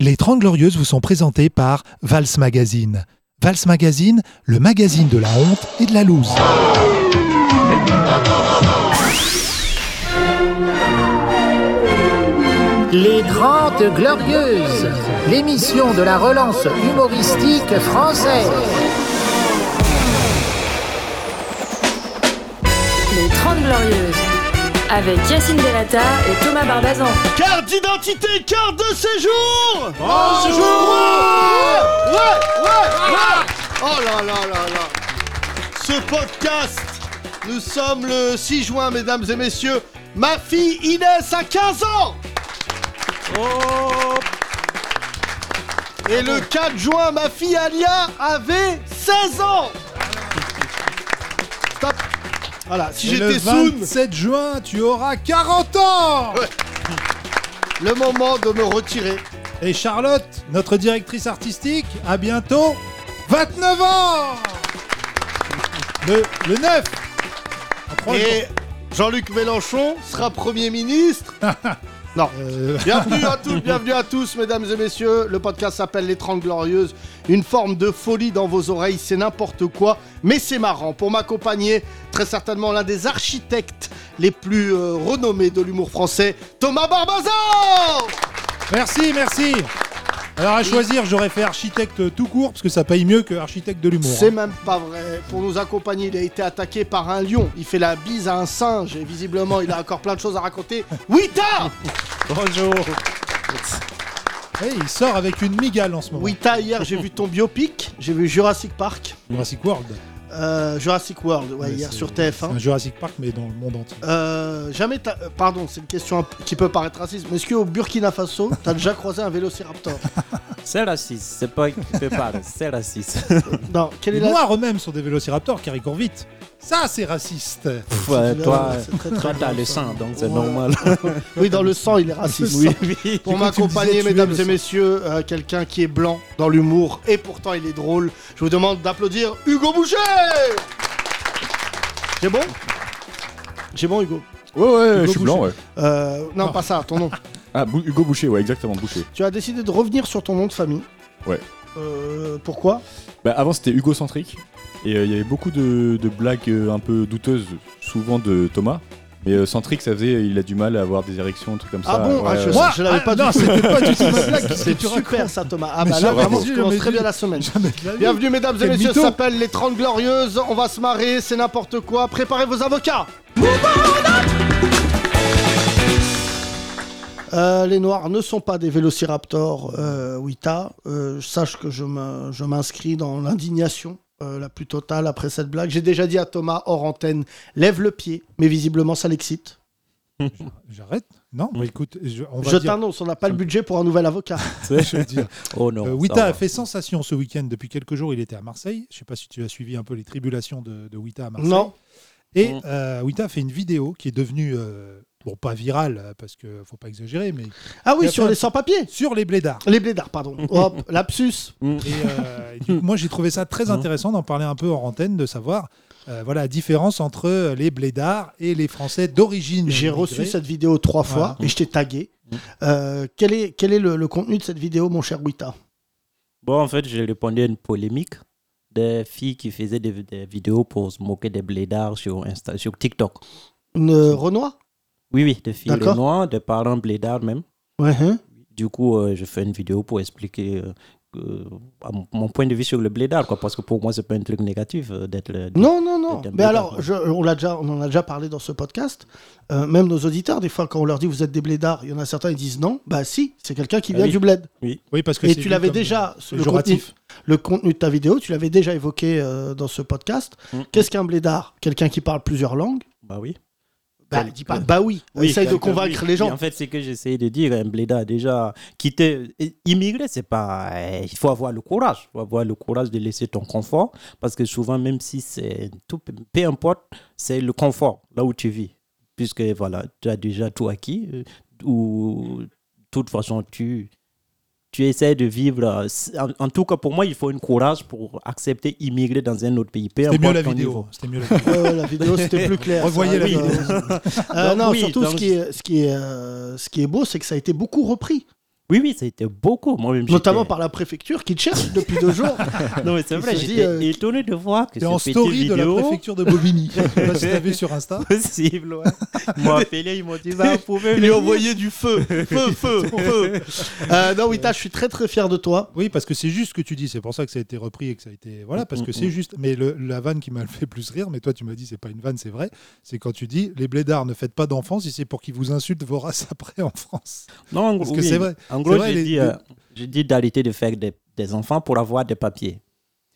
Les 30 Glorieuses vous sont présentées par Vals Magazine. Vals Magazine, le magazine de la honte et de la loose. Les Grandes Glorieuses, l'émission de la relance humoristique française. Les 30 Glorieuses, avec Yacine Delata et Thomas Barbazan. Carte d'identité, carte de séjour Bonjour Ah. Ouais Ouais Ouais Ouais Oh là là là là Ce podcast Nous sommes le 6 juin, mesdames et messieurs. Ma fille Inès a 15 ans Oh. Et Ah le 4 juin, ma fille Alia avait 16 ans Stop Voilà, si Et le j'étais soune, 27 juin, tu auras 40 ans le moment de me retirer. Et Charlotte, notre directrice artistique, à bientôt 29 ans Le, le 9 En trois jours. Et Jean-Luc Mélenchon sera Premier ministre. non. Euh, Bienvenue à toutes, bienvenue à tous, mesdames et messieurs. Le podcast s'appelle Les 30 Glorieuses. Une forme de folie dans vos oreilles, c'est n'importe quoi, mais c'est marrant. Pour m'accompagner, très certainement l'un des architectes les plus euh, renommés de l'humour français, Thomas Barbazan Merci, merci Alors à choisir, j'aurais fait architecte tout court, parce que ça paye mieux que architecte de l'humour. hein. C'est même pas vrai. Pour nous accompagner, il a été attaqué par un lion. Il fait la bise à un singe et visiblement, il a encore plein de choses à raconter. Wita Bonjour Et il sort avec une migale en ce moment. Wita, hier, j'ai vu ton biopic, j'ai vu Jurassic Park. Jurassic World. Euh, Jurassic World, ouais, Mais hier c'est- sur c'est TF1. Un Jurassic Park, mais dans le monde entier. Euh, jamais t'as- euh, Pardon, c'est une question un p- qui peut paraître raciste, mais est-ce qu'au Burkina Faso, t'as déjà croisé un vélociraptor C'est raciste, c'est pas équipé par, c'est raciste. Non, quelle est Les la. Noirs eux-mêmes sont des vélociraptors qui arrivent vite. Ça, c'est raciste. Ouais, c'est- toi, c'est très, très toi bien, t'as le ça. sang, donc Ouais. c'est normal. Oui, dans le sang, il est raciste. Oui, Pour oui. J'ai cru que tu me m'accompagner, disais tuer mesdames le et sang. messieurs, euh, quelqu'un qui est blanc dans l'humour et pourtant il est drôle, je vous demande d'applaudir Hugo Boucher C'est bon J'ai bon, Hugo Ouais, ouais, Hugo je suis blanc, ouais. Euh, non, Ah. pas ça, ton nom. Ah, Bou- Hugo Boucher, ouais, exactement, Boucher. Tu as décidé de revenir sur ton nom de famille. Ouais. Euh, pourquoi Bah, avant, c'était Hugo Centrique, et euh, il y avait beaucoup de, de blagues euh, un peu douteuses, souvent de Thomas. Mais euh, Centrique, ça faisait, il a du mal à avoir des érections, un truc comme Ah ça. bon Ah, je- ouais. euh, je l'avais pas non, dit. c'était pas du tout ma blague. qu'est-ce C'est que tu super racontes ça Thomas. Ah Mais bah ça, là vraiment bravo. je commence Jamais très vu. bien la semaine. Jamais de la vie. Bienvenue mesdames et Quel messieurs, ça mytho. s'appelle les 30 glorieuses, on va se marrer, c'est n'importe quoi, préparez vos avocats Euh, les Noirs ne sont pas des vélociraptors, euh, Wita. Euh, je sache que je me- je m'inscris dans l'indignation euh, la plus totale après cette blague. J'ai déjà dit à Thomas hors antenne, lève le pied, mais visiblement ça l'excite. J'arrête Non, bah, écoute, je, on va Je dire. t'annonce, on n'a pas le budget pour un nouvel avocat. je vais dire. Oh non. Euh, ça Wita va. a fait sensation ce week-end. Depuis quelques jours, il était à Marseille. Je sais pas si tu as suivi un peu les tribulations de, de Wita à Marseille. Non. Et Mm. euh, Wita a fait une vidéo qui est devenue, euh, bon, pas virale, euh, parce que faut pas exagérer, mais Ah Il oui, a sur fait un- les sans-papiers sur les blédards. Les blédards, pardon. Hop, lapsus. Et, euh, et du coup, moi, j'ai trouvé ça très intéressant d'en parler un peu hors antenne, de savoir euh, voilà, la différence entre euh, les blédards et les Français d'origine. J'ai immigrée. reçu cette vidéo trois Voilà. fois et je t'ai tagué. Euh, quel est, quel est le, le contenu de cette vidéo, mon cher Wita Bon, en fait, j'ai répondu à une polémique des filles qui faisaient des, des vidéos pour se moquer des blédards sur, Insta, sur TikTok. Une euh, Renoir Oui, oui, des filles D'accord. noires, des parents blédards même. Ouais, hein. Du coup, euh, je fais une vidéo pour expliquer euh, que- à mon- mon point de vue sur le blédard, quoi, parce que pour moi, c'est pas un truc négatif euh, d'être le. Non, non, non. Quelqu'un de Mais blédard, alors, quoi. je- on, l'a déjà, on en a déjà parlé dans ce podcast. Euh, même nos auditeurs, des fois, quand on leur dit vous êtes des blédards, il y en a certains ils disent non. Bah si, c'est quelqu'un qui Ah vient oui. du bled. Oui, parce que Et c'est tu vu l'avais comme déjà, le contenu, péjoratif. le contenu de ta vidéo, tu l'avais déjà évoqué euh, dans ce podcast. Mm. Qu'est-ce qu'un blédard Quelqu'un qui parle plusieurs langues Bah oui. Bah, Quel- dis pas bah oui. Essaye de quelqu'un, convaincre oui. les gens. Mais en fait, c'est que j'essayais de dire, un blédard déjà quitter, eh, immigrer, c'est pas. eh, Il faut avoir le courage. Il faut avoir le courage de laisser ton confort, parce que souvent, même si c'est tout, peu importe, c'est le confort là où tu vis, puisque voilà, tu as déjà tout acquis. euh, Ou de toute façon, tu tu essaies de vivre. euh, s- En, en tout cas, pour moi, il faut un courage pour accepter immigrer dans un autre pays. peu C'était mieux importe la ton vidéo. niveau. C'était mieux la vidéo. Ouais, ouais, la vidéo c'était plus clair. Revoyez ça, la oui. vidéo. Euh, Donc, non, oui, surtout donc- ce qui est, ce qui est, euh, ce qui est beau, c'est que ça a été beaucoup repris. Oui, oui, ça a été beaucoup. Moi-même, Notamment j'étais- par la préfecture qui te cherche depuis deux jours. Non, mais c'est Ils vrai, se sont dit, j'étais euh, étonné de voir que T'es cette en story vidéo... de la préfecture de Bobigny. Je sais pas si t'as vu sur Insta. possible, ouais. Ils m'ont appelé, ils m'ont dit, va, vous pouvez Il lui venir. a envoyé du feu, feu, feu, feu. Euh, non, Wita, je suis très très fier de toi. Oui, parce que c'est juste ce que tu dis. C'est pour ça que ça a été repris et que ça a été. Voilà, parce que Mm, c'est juste. Mais le- la vanne qui m'a le fait plus rire, mais toi, tu m'as dit, c'est pas une vanne, c'est vrai. C'est quand tu dis, les blédards ne faites pas d'enfants si c'est pour qu'ils vous insultent vos races après en France. Non, en Parce gros, que oui. c'est vrai. En gros, C'est vrai, j'ai les- dit, euh, j'ai dit d'arrêter de faire des, des enfants pour avoir des papiers.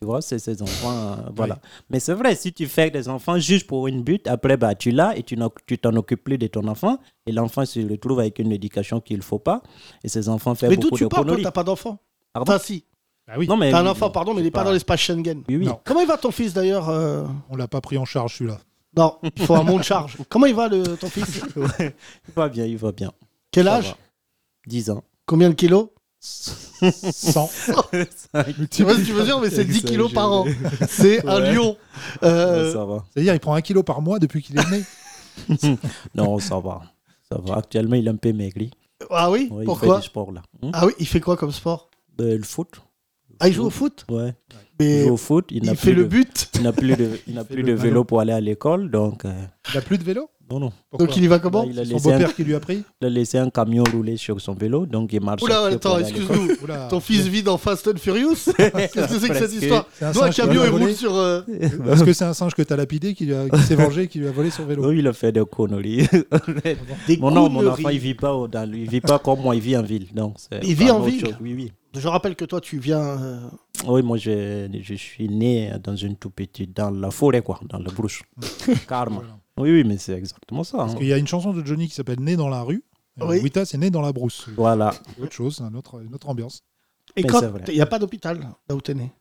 Tu vois, c'est ces enfants. euh, voilà. Mais c'est vrai, si tu fais des enfants juste pour une butte, après, bah, tu l'as et tu n'oc- tu t'en occupes plus de ton enfant. Et l'enfant se retrouve avec une éducation qu'il ne faut pas. Et ces enfants font Mais d'où beaucoup de tu parles, toi conneries. T'as pas d'enfant Pardon Enfin, si. Ah oui, Non, mais- T'as un enfant, pardon, mais il est pas pas- dans l'espace Schengen. Oui, oui. Non. Comment il va ton fils d'ailleurs euh on l'a pas pris en charge celui-là. Non, il faut un monde charge. Comment il va le, ton fils Il va bien, il va bien. Quel Ça âge va. 10 ans. Combien de kilos Sans. Je sais pas si tu mesures, mais c'est 10 kilos par an. C'est un Ouais. lion. Euh, Ça va. C'est-à-dire, il prend un kilo par mois depuis qu'il est né. Non, ça va. Ça va. Actuellement, il est un peu maigri. ah oui Ouais, il fait Pourquoi du sport, là. Hein Ah oui, il fait quoi comme sport Euh, le foot. Ah, il joue au foot Ouais. Il Mais joue au foot. Il, n'a il plus fait le de- but, Il n'a plus de, il n'a fait plus le de ballon. vélo pour aller à l'école, donc euh, Il a plus de vélo non, non. Pourquoi donc il y va comment Là, il, a C'est son laissé un, beau-père qui lui a pris il a laissé un camion rouler sur son vélo, donc il marche. Oula, à pied pour Ah. attends, aller à l'école. excuse-nous. Oula. Ton fils vit dans Fast and Furious Qu'est-ce que c'est que cette Presque. histoire C'est un Doit un singe qui camion lui et a volé. roule sur. euh, Est-ce que c'est un singe que t'as lapidé qui, lui a- qui s'est vengé, qui lui a volé son vélo Non, il a fait des conneries. des euh, mon, non, mon conneries. enfant, il vit pas au- dans, il vit pas comme moi, il vit en ville. Donc c'est Il vit pas en autre ville chose. Oui, oui. Je rappelle que toi, tu viens. euh, Oui, moi je, je suis né dans une tout petite, dans la forêt quoi, dans la brousse. Carrément. Oui, oui, mais c'est exactement ça. hein. Parce qu'il y a une chanson de Johnny qui s'appelle Né dans la rue. Euh, Oui. Wita, c'est Né dans la brousse. Voilà. C'est autre chose, c'est un autre- une autre ambiance. Et Mais quand c'est vrai. il n'y a pas d'hôpital là où t'es né.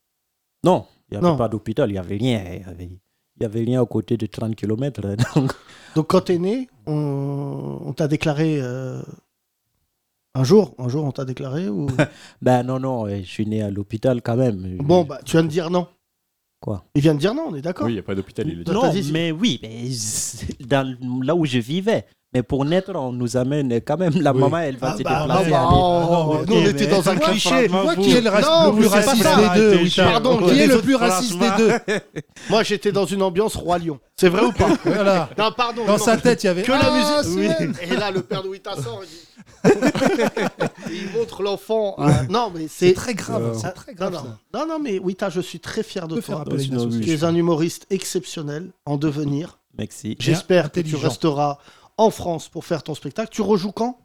Non, il n'y Non. avait pas d'hôpital, il n'y avait rien. Il n'y avait, il y avait rien à côté de 30 km. Donc, Donc quand t'es né, on, on t'a déclaré. euh, Un jour, un jour, on t'a déclaré ou. ben non, non, euh, je suis né à l'hôpital quand même. bon, bah, tu viens de dire non. Quoi Il vient de dire non, on est d'accord. Oui, il n'y a pas d'hôpital, il est dit. Non. Euh, Non, t'as dit- mais oui, mais c'est dans, là où je vivais. Mais pour naître, on nous amène quand même. La Oui. maman, elle va Ah se bah, déplacer. maman, aller- non, oh, mais- nous, on était mais- dans un Tu vois, cliché. Tu vois qui est le, rac- Non, le plus vous savez raciste pas, des deux, arrêtez, Wita pardon, Qui les est le autres plus raciste des deux Moi, j'étais dans une ambiance roi lion. C'est vrai ou pas Voilà. Non, pardon. Dans non. sa tête, il y avait Que la Ah, musique. Suède Et là, le père de Wita sort. Il, dit- Et il montre l'enfant. à- Non, mais c'est C'est très grave. Ça- C'est très grave. non, ça. non. non, non, mais Wita, je suis très fier On de peut faire toi. appel à une Sinon, oui. association. Tu es un humoriste exceptionnel en devenir. Merci. Bien J'espère que tu intelligent. resteras en France pour faire ton spectacle. Tu rejoues quand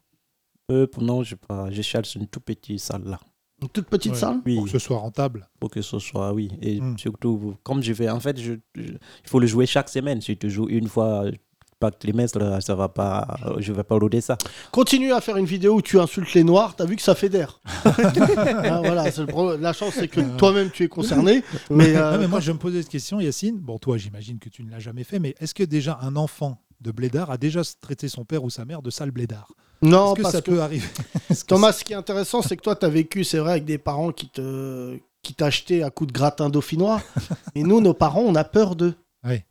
Euh, non, je, pas, je cherche une toute petite salle là. Une toute petite Ouais. salle Oui, Pour que ce soit rentable. pour que ce soit, oui. Et Hmm. surtout, comme je vais, en fait, je- je- il faut le jouer chaque semaine. Si tu joues une fois euh, par trimestre, ça va pas, euh, je vais pas roder ça. Continue à faire une vidéo où tu insultes les noirs, t'as vu que ça fédère. Ah, voilà, c'est le pro- la chance c'est que Euh. toi-même tu es concerné, mais, euh, Non, mais moi, je me posais cette question, Yacine. Bon, toi, j'imagine que tu ne l'as jamais fait, mais est-ce que déjà un enfant de blédard a déjà traité son père ou sa mère de sale blédard non Est-ce que parce ça que peut arriver Est-ce que Thomas, ce qui est intéressant c'est que toi t'as vécu, c'est vrai, avec des parents qui te qui t'achetaient à coups de gratin dauphinois, et nous nos parents on a peur d'eux. c'est-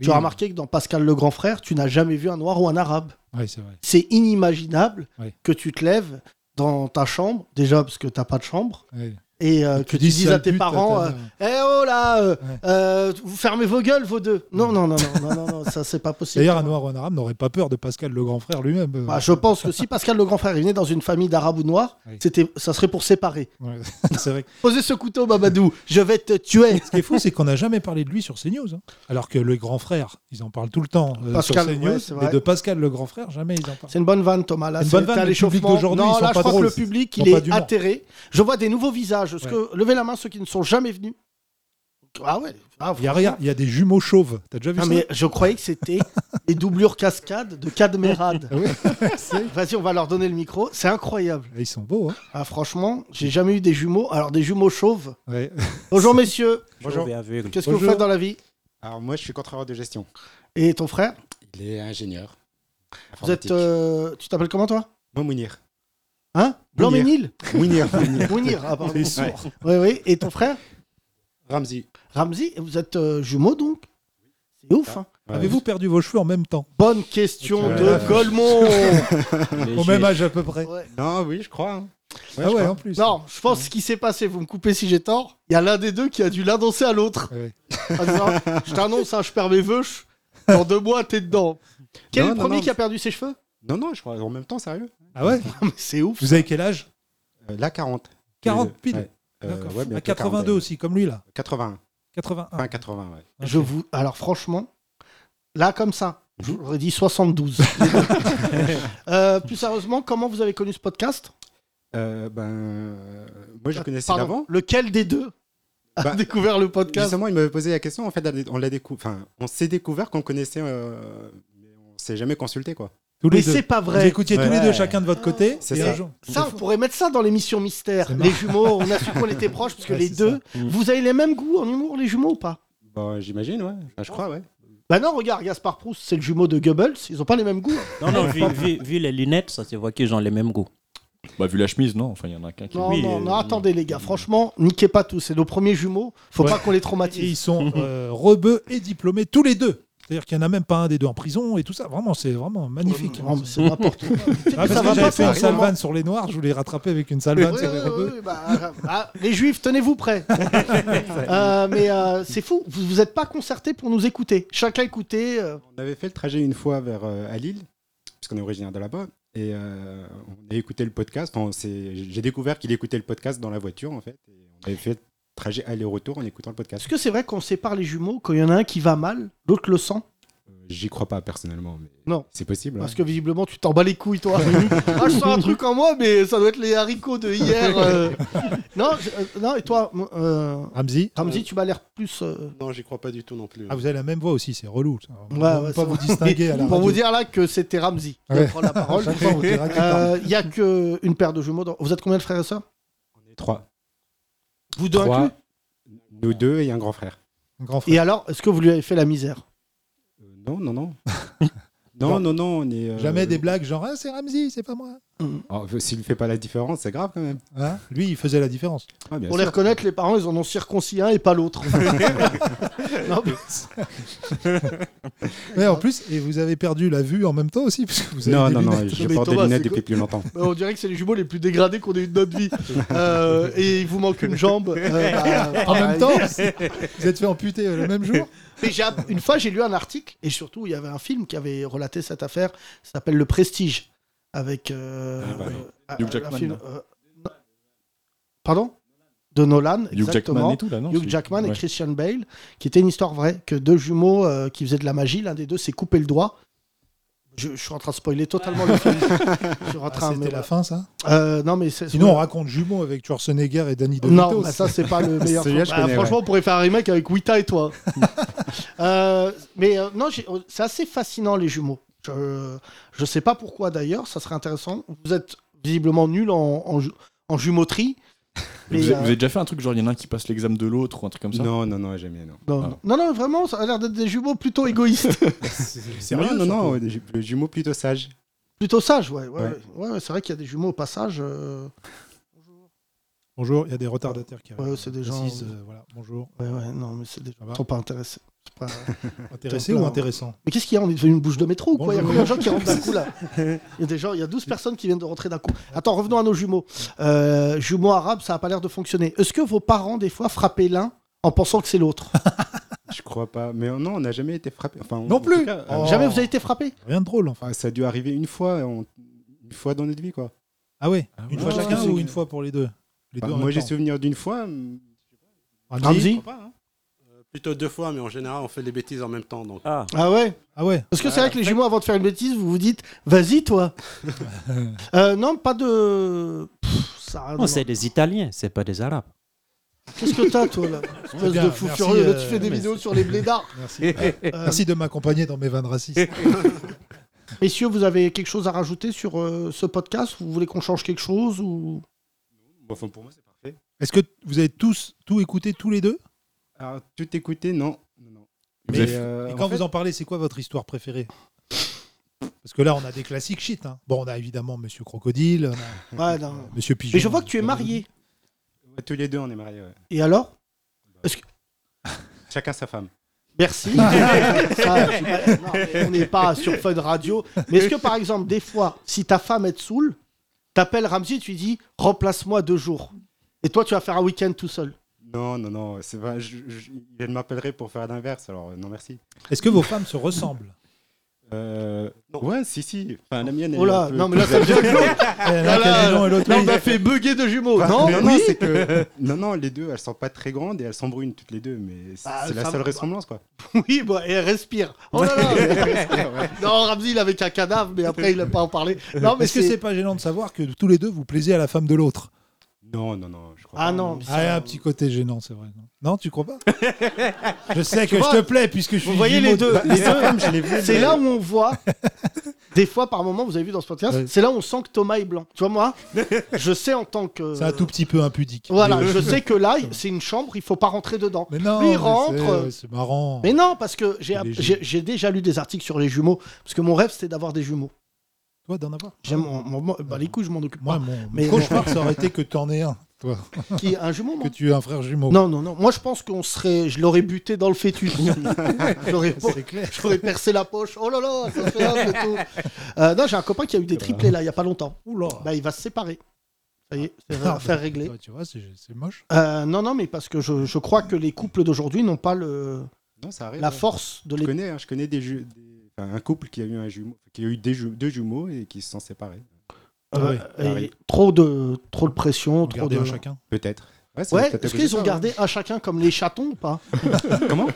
Tu as Oui, remarqué que dans Pascal le grand frère, tu n'as jamais vu un noir ou un arabe. Oui, c'est vrai. C'est inimaginable Ouais. que tu te lèves dans ta chambre, déjà parce que t'as pas de chambre, Ouais. et euh, que tu dis dises à sale tes pute, parents. ta- euh, ta- Eh oh là, euh, Ouais. euh, vous fermez vos gueules, vos deux. Non, non, non, non, non, non, non, ça c'est pas possible. D'ailleurs, un noir ou un arabe n'aurait pas peur de Pascal le grand frère lui-même. euh. Bah, je pense que si Pascal le grand frère est né dans une famille d'arabes ou de noirs, Oui. c'était, ça serait pour séparer. Ouais, c'est vrai. Posez ce couteau, Babadou, je vais te tuer. Ce qui est fou, c'est qu'on n'a jamais parlé de lui sur CNews. hein. Alors que le grand frère, ils en parlent tout le temps euh, Pascal, sur ouais, CNews. c'est vrai. mais de Pascal le grand frère, jamais ils en parlent. C'est une bonne vanne, Thomas. Là, Une c'est- bonne vanne, t'as le public l'échauffement. d'aujourd'hui, Non, ils sont là, je pas crois drôles. que le public, Ils il ont pas est d'humour. atterré. Je vois des nouveaux visages. Est-ce Ouais. que levez la main ceux qui ne sont jamais venus Ah ouais. Ah, Il y a rien, il y a des jumeaux chauves. T'as déjà vu Non, ça mais je croyais que c'était des doublures cascades de Cadmerade. Ah oui, c'est- Vas-y, on va leur donner le micro. C'est incroyable. Ils sont beaux. hein. Ah, franchement, j'ai jamais eu des jumeaux. Alors, des jumeaux chauves. Ouais. Bonjour, messieurs. Bonjour. aveugle. Qu'est-ce que Bonjour. vous faites dans la vie Alors moi, je suis contrôleur de gestion. Et ton frère Il est ingénieur. Vous êtes. euh, Tu t'appelles comment, toi Moi, Mounir. Hein Blanc-Ménil Mounir. Mounir. Mounir, ah, pardon. C'est sourd. Oui, oui. Et ton frère Ramzi. Ramzi, vous êtes euh, jumeaux, donc C'est ouf, hein Ouais. Avez-vous perdu vos cheveux en même temps Bonne question Ouais. de Golemont Au même âge à peu près. Non, oui, je crois. hein. ah je ouais, crois. en plus. Non, je pense que ce qui s'est passé, vous me coupez si j'ai tort, il y a l'un des deux qui a dû l'annoncer à l'autre. Ouais. En disant, je t'annonce, hein, je perds mes vœux, je- dans deux mois, t'es dedans. Quel Non, est le non, premier non. qui a perdu ses cheveux Non, non, je crois en même temps, sérieux. Ah ouais Non, mais C'est ouf. Vous avez quel âge Euh, là, 40. 40 Euh, pile. ouais. Euh, D'accord. ouais, à bientôt 82 40. aussi, Ah. comme lui là. 81. 81. Fin 80, ouais. Je vous... Alors franchement, là comme ça, j'aurais dit 72. Euh, plus sérieusement, comment vous avez connu ce podcast Euh, ben, euh, moi, je le connaissais Ah, Pardon, d'avant. Lequel des deux a Bah, découvert le podcast Justement, il m'avait posé la question. En fait, on l'a décou- enfin, on s'est découvert qu'on connaissait, euh, mais on s'est jamais consulté, quoi. Tous Mais les deux. c'est pas Vous vrai. écoutiez tous Ouais. les deux, chacun de votre côté. C'est et ça. un jour- Ça, on pourrait mettre ça dans l'émission mystère. C'est Les jumeaux, on a su qu'on était proches parce que Ouais, les c'est deux, ça. Mm. vous avez les mêmes goûts en humour, les jumeaux ou pas Bon, j'imagine, ouais. Enfin, je crois, ouais. Bah non, regarde, Gaspard Proust, c'est le jumeau de Goebbels, ils ont pas les mêmes goûts. hein. Non, non, vu, vu- vu les lunettes, ça se voit qu'ils ont les mêmes goûts. Bah, vu la chemise, non. Enfin, il y en a qu'un qui. Non, Oui, non, non, euh, attendez les gars, franchement, niquez pas tous, c'est nos premiers jumeaux, faut Ouais. pas qu'on les Et ils traumatise. sont euh, rebeux et diplômés tous les deux. C'est-à-dire qu'il n'y en a même pas un des deux en prison et tout ça. Vraiment, c'est vraiment magnifique. Non, mais C'est n'importe quoi. Ah, Ça parce va que j'avais pas, fait une ça, vraiment. salvane sur les noirs, je voulais rattraper avec une salvane Oui, sur oui, les oui, rebeux. oui, bah, euh, bah, les juifs, tenez-vous prêts. Euh, mais euh, c'est fou, vous vous êtes pas concertés pour nous écouter. Chacun écoutait. euh, On avait fait le trajet une fois vers euh, à Lille, puisqu'on est originaire de là-bas, et euh, on a écouté le podcast. Enfin, on s'est- j'ai découvert qu'il écoutait le podcast dans la voiture, en fait. Et on avait fait le trajet aller-retour en écoutant le podcast. Est-ce que c'est vrai qu'on sépare les jumeaux quand il y en a un qui va mal, l'autre le sent Euh, J'y crois pas personnellement, mais Non. c'est possible. hein. Parce que visiblement, tu t'en bats les couilles, toi. ah, je sens un truc en moi, mais ça doit être les haricots de hier. euh. Non, je- euh, non, et toi, m- euh, Ramzi Ramzi, tu m'as l'air plus. euh, Non, j'y crois pas du tout non plus. Ah, vous avez la même voix aussi, c'est relou. ça. On Ouais, va ouais, pas ça vous va. distinguer à la Pour radio. vous dire là que c'était Ramzi qui hein. Ouais. prend la À parole. chaque fois, on dira que t'as- Euh, Il y a qu'une paire de jumeaux. dans- Vous êtes combien de frères et sœurs On est trois. Vous deux Trois. inclus Nous deux et un grand frère. un grand frère. Et alors, est-ce que vous lui avez fait la misère Euh, non, non, non. non, non, non, on est. euh, Jamais des blagues genre ah, c'est Ramzi, c'est pas moi. Oh, S'il fait pas la différence, c'est grave quand même. Hein Lui, il faisait la différence. Ah, bien Pour les sûr. reconnaître, les parents, ils en ont circoncis un et pas l'autre. Non, mais- Mais en plus, et vous avez perdu la vue en même temps aussi, puisque vous avez Non, des non, lunettes. non, je Mais porte des Thomas, lunettes c'est depuis plus longtemps. euh, on dirait que c'est les jumeaux les plus dégradés qu'on ait eu de notre vie. Euh, et il vous manque une jambe. euh, bah, En même pareil. temps, vous êtes fait amputer euh, le même jour. Mais j'ai app- une fois, j'ai lu un article, et surtout, il y avait un film qui avait relaté cette affaire, ça s'appelle Le Prestige, avec... euh, Ah bah oui. euh, un- Hugh un Jackman, film, là. euh, non. Pardon De Nolan, Hugh Jackman exactement. et tout, là, non Hugh Hein, c'est- Jackman et Ouais. Christian Bale, qui était une histoire vraie, que deux jumeaux euh, qui faisaient de la magie, l'un des deux s'est coupé le doigt. Je, je suis en train de spoiler totalement le film. Je suis en Ah, train, C'était mais la voilà. fin, ça. Euh, non, mais c'est- Sinon, on raconte jumeaux avec Schwarzenegger et Danny DeVito. non, bah ça c'est pas le meilleur. Celui-là, je Bah, connais, franchement, on pourrait faire un remake avec Wita et toi. Euh, mais euh, non, j'ai- euh, c'est assez fascinant les jumeaux. Je, je sais pas pourquoi d'ailleurs, ça serait intéressant. Vous êtes visiblement nul en, en, ju- en jumeauterie. Vous, Mais, avez- euh, vous avez déjà fait un truc genre il y en a un qui passe l'examen de l'autre ou un truc comme ça Non, non, non, jamais, non. non, non. non, non, vraiment, ça a l'air d'être des jumeaux plutôt égoïstes, Sérieux, non, non, non, ju- le jumeau plutôt sage. plutôt sages. Ouais, ouais, Ouais. ouais, ouais, c'est vrai qu'il y a des jumeaux au passage. euh, Bonjour, il y a des retardataires qui arrivent. Ouais, c'est des gens- Précise, euh, voilà, bonjour. ouais, ouais, non, mais c'est des Ça va sont pas intéressés. C'est pas- Intéressé Attends, ou là, intéressant Mais qu'est-ce qu'il y a On est devenu une bouche de métro ou quoi Il y a Bonjour. combien de gens qui rentrent d'un coup là Il y a des gens, il y a 12 personnes qui viennent de rentrer d'un coup. Attends, revenons à nos jumeaux. Euh, jumeaux arabes, ça a pas l'air de fonctionner. Est-ce que vos parents, des fois, frappaient l'un en pensant que c'est l'autre Je crois pas. Mais euh, non, on n'a jamais été frappé. Enfin, Non en plus. tout cas, euh, Oh. Ah, Jamais vous avez été frappé Rien de drôle, enfin. enfin, ça a dû arriver une fois, on- une fois dans notre vie, quoi. Ah ouais Ah Une ouais. fois Ouais, chacun ouais. ou une fois pour les deux Les Bah, Enfin, deux en moi, même j'ai temps. souvenir d'une fois. hum, Ramzi Ramzi Euh, Plutôt deux fois, mais en général, on fait des bêtises en même temps. Donc, Ah, Ah ouais Ah ouais Parce que c'est vrai que les jumeaux, avant de faire une bêtise, vous vous dites Vas-y, toi Euh, Non, pas de. Pff, ça a- non, c'est des Italiens, c'est pas des Arabes. Qu'est-ce que t'as, toi, là Espèce bien, de fou merci, furieux. Là, euh, tu fais des mais- vidéos sur les blédards. Merci. Euh. Merci de m'accompagner dans mes vannes racistes. Messieurs, vous avez quelque chose à rajouter sur euh, ce podcast Vous voulez qu'on change quelque chose ou... bon, enfin, pour moi, c'est parfait. Est-ce que t- vous avez tous tout écouté tous les deux Alors, tout écouter, non. non, non. Vous avez- euh, Et en quand fait, vous en parlez, c'est quoi votre histoire préférée Parce que là, on a des classiques shit. hein. Bon, on a évidemment Monsieur Crocodile, on a Ouais, non. Monsieur Pigeon. Mais je vois que tu es marié. ouais, tous les deux, on est mariés. ouais. Et alors Chacun sa femme. Merci. Ça, je suis pas- non, mais on n'est pas sur Fun Radio. Mais est-ce que, par exemple, des fois, si ta femme est saoule, T'appelles Ramsey, tu lui dis remplace-moi deux jours. Et toi, tu vas faire un week-end tout seul. Non, non, non, c'est pas. Je, je- je m'appellerai pour faire l'inverse, alors euh, non, merci. Est-ce que vos femmes se ressemblent Euh, ouais, si, si. Enfin, la mienne. Oh là, est un peu non mais là plus ça devient glauque. Elle Là, a là, quel nom Eh, et l'autre là, on oui. m'a fait bugger de jumeaux. Enfin, non, Bah, mais oui. c'est que- non, non, les deux, elles sont pas très grandes et elles sont brunes toutes les deux, mais c'est Ah, c'est la ça seule va. ressemblance, quoi. Oui, bah, et elle respire. Oh là là Non, Ramsey, il avait qu'un cadavre, mais après, il n'a pas en parlé. Non, mais Est-ce que c'est. c'est pas gênant de savoir que tous les deux vous plaisez à la femme de l'autre Non, non, non, je crois Ah pas. non, mais Ah, il y a ça- un petit côté gênant, c'est vrai. Non, Non, tu crois pas Je sais que vois, je te plais puisque je suis. Vous voyez jumeau les de- deux, les deux Je l'ai vu, C'est mais- là où on voit, des fois par moment, vous avez vu dans ce podcast, Ouais. c'est là où on sent que Thomas est blanc. Tu vois, moi, je sais en tant que. C'est un tout petit peu impudique. Voilà, Mais- euh, je sais que là, c'est une chambre, il faut pas rentrer dedans. Mais non, Lui, il mais rentre. c'est- ouais, C'est marrant. Mais non, parce que j'ai Il est j'ai- j'ai déjà lu des articles sur les jumeaux, parce que mon rêve, c'était d'avoir des jumeaux. Toi, d'en avoir J'aime. mon- mon- mon- Bah, les couilles, je m'en occupe Moi, pas. mon Mais- mon cauchemar, ça aurait été que t'en aies un, toi. Qui, un jumeau, moi Que tu aies un frère jumeau. Non, non, non. Moi, je pense qu'on serait. Je l'aurais buté dans le fœtus. J'aurais- C'est clair. J'aurais percé la poche. Oh là là, ça fait un peu tout. Euh, non, j'ai un copain qui a eu des triplés là, il y a pas longtemps. Oula. Bah, il va se séparer. Ça y est, c'est Ah, affaire bah, réglée. toi, Tu vois, c'est c'est moche. Euh, non, non, mais parce que je, je crois que les couples d'aujourd'hui n'ont pas le, Non, ça arrive. la ouais. force de Je les. connais, hein, je connais des, ju- des- enfin, un couple qui a eu un jumeau, qui a eu des ju- deux jumeaux et qui se sont séparés. euh, oui. et Pareil. trop de trop de pression, trop Regardez de. à chacun. Peut-être. Ouais, ça doit Ouais, peut-être est-ce à cause qu'ils de ont ça, gardé un chacun comme les chatons ou pas Ah, ouais. Comment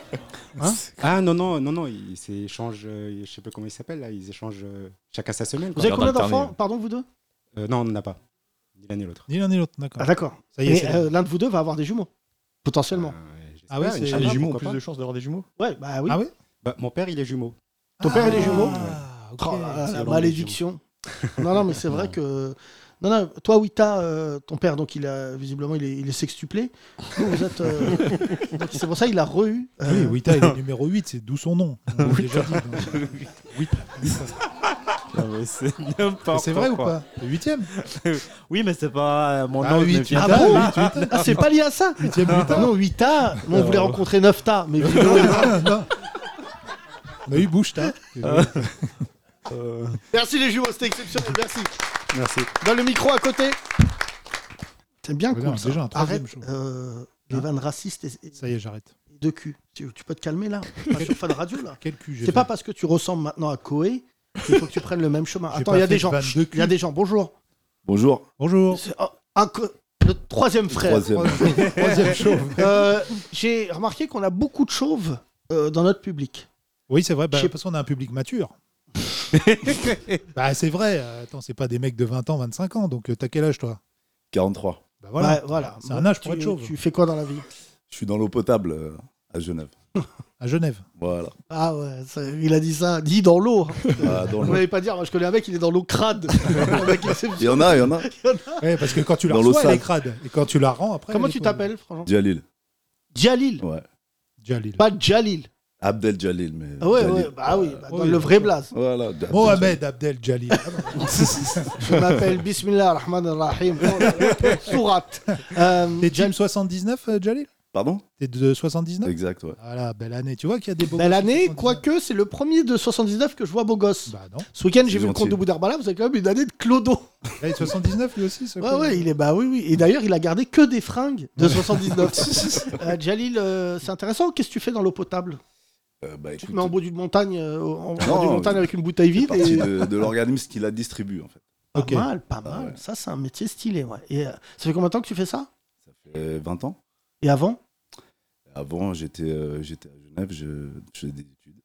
Hein Ah non non non non, ils s'échangent, euh, je sais pas comment ils s'appellent là, ils échangent euh, chacun sa semaine. Vous quoi. bah, avez combien Garde d'enfants alternée. Pardon, vous deux Euh, non, on n'en a pas. Ni l'un ni l'autre. Ni l'un ni l'autre, d'accord. Ah, d'accord. Ça y est, Et c'est bon. euh, l'un de vous deux va avoir des jumeaux, potentiellement. Euh, j'espère, Ah ouais, c'est- Inch'Allah, les Les jumeaux ont plus pourquoi pas. de chances d'avoir des jumeaux Ouais, bah oui. Ah ouais Bah, mon père, il est jumeau. Ton père, il est jumeau Ah, ok. Oh là là, C'est la long, malédiction. non, non, mais c'est vrai que. Non, non, toi, Wita, euh, ton père, donc il a visiblement, il est, il est sextuplé. Vous, vous êtes. euh, donc c'est pour ça qu'il a re-eu. euh, Ah Oui, Wita, il est numéro 8, c'est d'où son nom. On l'a déjà dit, donc. Ah c'est C'est vrai ou pas Le 8ème Oui, mais c'est pas euh, mon Ah, nom. huit, ne vient Ah pas- bon Ah, c'est pas lié à ça Ah, Huitième Wita Non, Wita, Euh, nous, on voulait rencontrer Neufta, mais visiblement, il Non. Ah, a- bah. On a eu Euh, Bouchta. Ah. Euh, Merci les jumeaux, c'était exceptionnel, merci. Merci. Dans le micro à côté. C'est bien Ouais, cool. ça. déjà un troisième Arrête show. euh, les Hein vannes racistes et, et Ça y est, j'arrête. de cul. Tu, tu peux te calmer là On est pas sur Fan Radio là Quel cul j'ai C'est pas fait. parce que tu ressembles maintenant à Koé qu'il faut que tu prennes le même chemin. J'ai Attends, pas il y a fait des de gens. vanne de Il y a cul. des gens. Bonjour. Bonjour. Bonjour. C'est- oh, un co- le troisième frère. Troisième. Troisième chauve. Euh, J'ai remarqué qu'on a beaucoup de chauves euh, dans notre public. Oui, c'est vrai, bah, Je sais- parce qu'on a un public mature. bah, c'est vrai. euh, Attends, c'est pas des mecs de 20 ans, 25 ans. Donc, euh, t'as quel âge, toi 43. Bah voilà. Ouais, voilà. C'est un âge tu, pour être chauve. Tu fais quoi dans la vie Je suis dans l'eau potable euh, à Genève. À Genève. Voilà. Ah ouais, ça- il a dit ça. Dit dans l'eau. hein. Ah, dans Vous l'eau. n'allez pas dire, je connais un mec, il est dans l'eau crade. Un mec Il exceptionnel. y en a, il y en a. Ouais, parce que quand tu la Dans reçois, l'eau elle est sale. crade. Et quand tu la rends, après. Ah. Comment elle est tu crade. t'appelles, franchement Jalil. Jalil. Ouais. Jalil. Pas Jalil. Abdel Jalil. Mais Ah ouais, Jalil. ouais, bah oui, bah, dans Oui, le bien vrai sûr. blaze. Voilà. Ah, Abdel Mohamed Abdel Jalil. Je m'appelle Bismillah ar-Rahman ar-Rahim. Oh là là. Sourate. Euh, T'es Jim James, 79, euh, Jalil Pardon T'es de 79 Exact, ouais. Ah, Voilà, belle année. Tu vois qu'il y a des beaux. belle gosses année, 79. Bah, quoique c'est le premier de 79 que je vois beau gosse. Bah non. Ce week-end, j'ai C'est vu le gentil. compte de Boudarbala, vous avez quand même une année de clodo. Là, il est 79 lui aussi, ce Ouais, con. ouais, il est bah oui, oui. Et d'ailleurs, il a gardé que des fringues de 79. Euh, Jalil, euh, c'est intéressant. Qu'est-ce que tu fais dans l'eau potable Euh, bah, Tu te écoute, mets en bout d'une montagne, euh, en en bas Non, d'une montagne avec une bouteille c'est vide. parti et- de, de l'organisme qui la distribue, en fait. Pas Ok. mal, pas mal. ouais. Ça, c'est un métier stylé. Ouais. Et euh, ça fait combien de temps que tu fais ça Ça fait 20 ans. Et avant Avant, j'étais euh, j'étais à Genève, je, je faisais des études.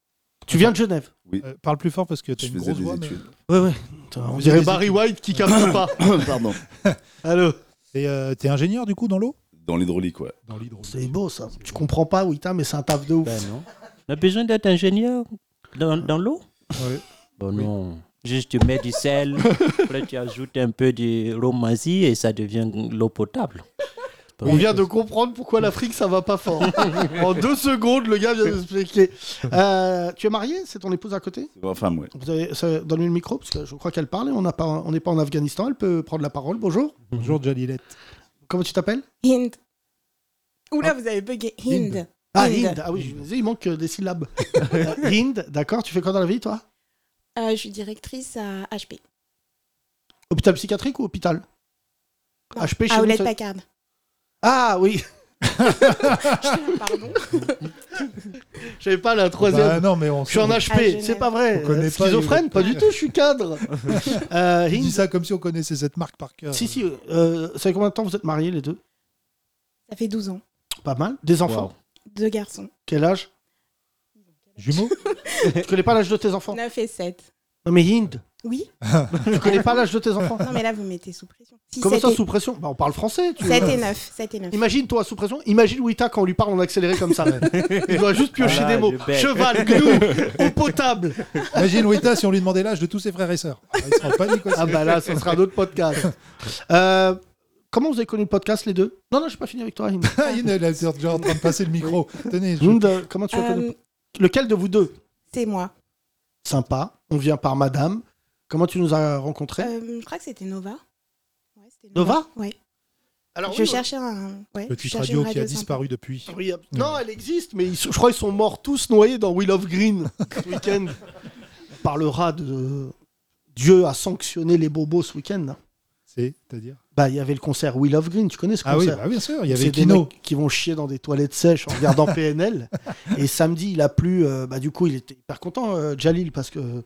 Tu viens de Genève Euh, parle plus fort parce que t'as Je une faisais grosse des voix. mais- études. Ouais, ouais. On dirait Barry White qui capte pas. Pardon. Allô Et, euh, T'es ingénieur du coup dans l'eau Dans l'hydraulique, ouais. Dans l'hydraulique. C'est beau ça. Tu comprends pas, Wita, mais c'est un taf de ouf. Ben non. On a besoin d'être ingénieur dans, dans l'eau Ouais. Bon, non. Juste, tu mets du sel, après tu ajoutes un peu de romasie et ça devient l'eau potable. On vient de comprendre pourquoi l'Afrique ça va pas fort. en deux secondes, le gars vient de expliquer. Euh, tu es marié C'est ton épouse à côté C'est ma femme, ouais. Vous avez ça- donne-lui le micro parce que je crois qu'elle parle et on n'a pas- on n'est pas en Afghanistan. Elle peut prendre la parole. Bonjour. Bonjour Jalilette. Comment tu t'appelles Hind. Oula, vous avez bugué. Hind. Ah Hind. Hind. Ah oui, je me disais, il manque euh, des syllabes. Euh, Hind, d'accord. Tu fais quoi dans la vie, toi Euh, je suis directrice à HP. Hôpital psychiatrique ou hôpital HP chez vous, Hewlett ça- Packard. Ah oui Pardon. J'avais pas la troisième. Bah non, mais on je suis en sait- À HP, Genève. c'est pas vrai. On connaît pas Schizophrène, Hewlett pas du tout, je suis cadre. euh, Je dis Hind- ça comme si on connaissait cette marque par cœur. Si, si, euh, ça fait combien de temps vous êtes mariés les deux Ça fait 12 ans. Pas mal. Des enfants Deux garçons. Quel âge Jumeaux Tu connais pas l'âge de tes enfants 9 Oh. et 7. Non mais Hind, Oui tu connais pas l'âge de tes enfants Non, mais là, vous mettez sous pression. Si, Comment ça, sept et- sous pression Bah, On parle français. Tu... 7 et 9. 7 et 9. Imagine toi sous pression, imagine Wita quand on lui parle en accéléré comme ça. Il doit juste piocher Voilà, des mots. le bec. Cheval, gnou, eau potable. Imagine Wita si on lui demandait l'âge de tous ses frères et sœurs. Ah, Il serait en panique aussi. Ah bah là, ce sera un autre podcast. Euh, comment vous avez connu le podcast les deux Non, non, je suis pas fini avec toi, Hind. Ah, Il est là, c'est déjà en train de passer le micro. Tenez, je- Hind, euh, comment tu as connu Euh, Lequel de vous deux c'est moi. Sympa, on vient par madame. Comment tu nous as rencontrés Euh, je crois que c'était Nova. Ouais, c'était Hein Nova Ouais. Alors, je cherchais un. Ouais, je petite cherchais radio une qui a sympa. disparu depuis. Oui, ab- Non, elle existe, mais ils sont- je crois qu'ils sont morts tous noyés dans Will of Green ce week-end. On parlera de Dieu a sanctionné les bobos ce week-end. C'est-à-dire Bah, il y avait le concert Will of Green, tu connais ce Ah oui, concert bah bien sûr, il y C'est avait des Kino. mecs qui vont chier dans des toilettes sèches en regardant PNL. Et samedi, il a plu. euh, bah, du coup, il était hyper content, euh, Jalil, parce que euh,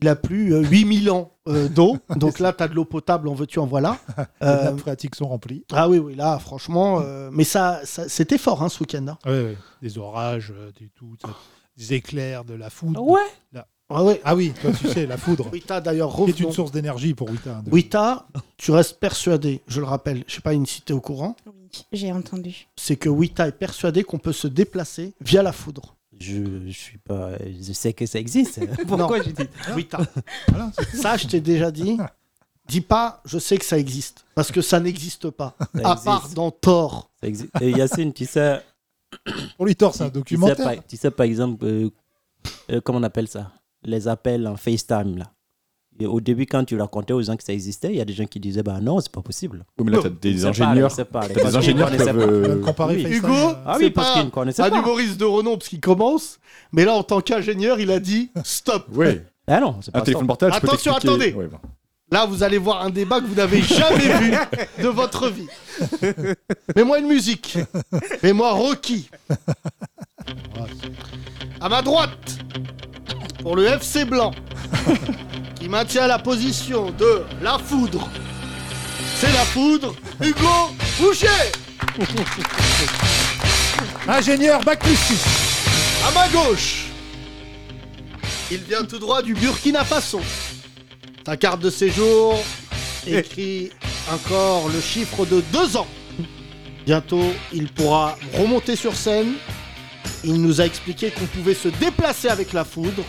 il a plu euh, 8000 ans euh, d'eau. Donc là, tu as de l'eau potable, en veux-tu, en voilà. Les Euh, nappes phréatiques sont remplies. ah oui, oui, là, franchement. euh, mais ça, ça- c'était fort hein, ce week-end. hein. Ah ouais, ouais. Des orages, euh, des, tout, ça- des éclairs, de la foudre. Ah ouais. Ah oui, toi tu sais, la foudre. Wita, d'ailleurs, Qui est une revenons. source d'énergie pour Wita. de- Wita, tu restes persuadé, je le rappelle, je sais pas si t'es au courant, Oui, j'ai entendu. c'est que Wita est persuadé qu'on peut se déplacer via la foudre. Je, je suis pas. Je sais que ça existe. Pourquoi j'ai dit Wita. Voilà, c'est- Ça, je t'ai déjà dit. Dis pas, je sais que ça existe. Parce que ça n'existe pas. ça à existe, part dans Thor. ça existe. Et Yacine, tu sais, On lui torse un tu sais, documentaire. par, tu sais, par exemple, euh, euh, comment on appelle ça Les appels en FaceTime là. Et au début, quand tu racontais aux gens que ça existait, il y a des gens qui disaient bah non, c'est pas possible. Oui, mais là, t'as des C'est pas- ingénieurs. c'est pas- T'as parce des qu'ils ingénieurs qui connaissaient peuvent. pas. euh, Comparer oui. FaceTime, Hugo euh, Ah C'est oui, parce pas qu'ils ne connaissaient Un pas. humoriste de renom, parce qu'il commence. Mais là, en tant qu'ingénieur, il a dit stop. Ouais, Ah non, c'est pas un ça. téléphone portable. je peux Attention, t'expliquer. attendez. Ouais, bon. Là, vous allez voir un débat que vous n'avez jamais vu de votre vie. Mets-moi une musique. Mets-moi Rocky. À ma droite, pour le FC Blanc, qui maintient la position de la foudre. C'est la foudre, Hugo Boucher. euh, Ingénieur, bac plus 6. À ma gauche, il vient tout droit du Burkina Faso. Sa carte de séjour écrit encore le chiffre de deux ans. Bientôt, il pourra remonter sur scène. Il nous a expliqué qu'on pouvait se déplacer avec la foudre.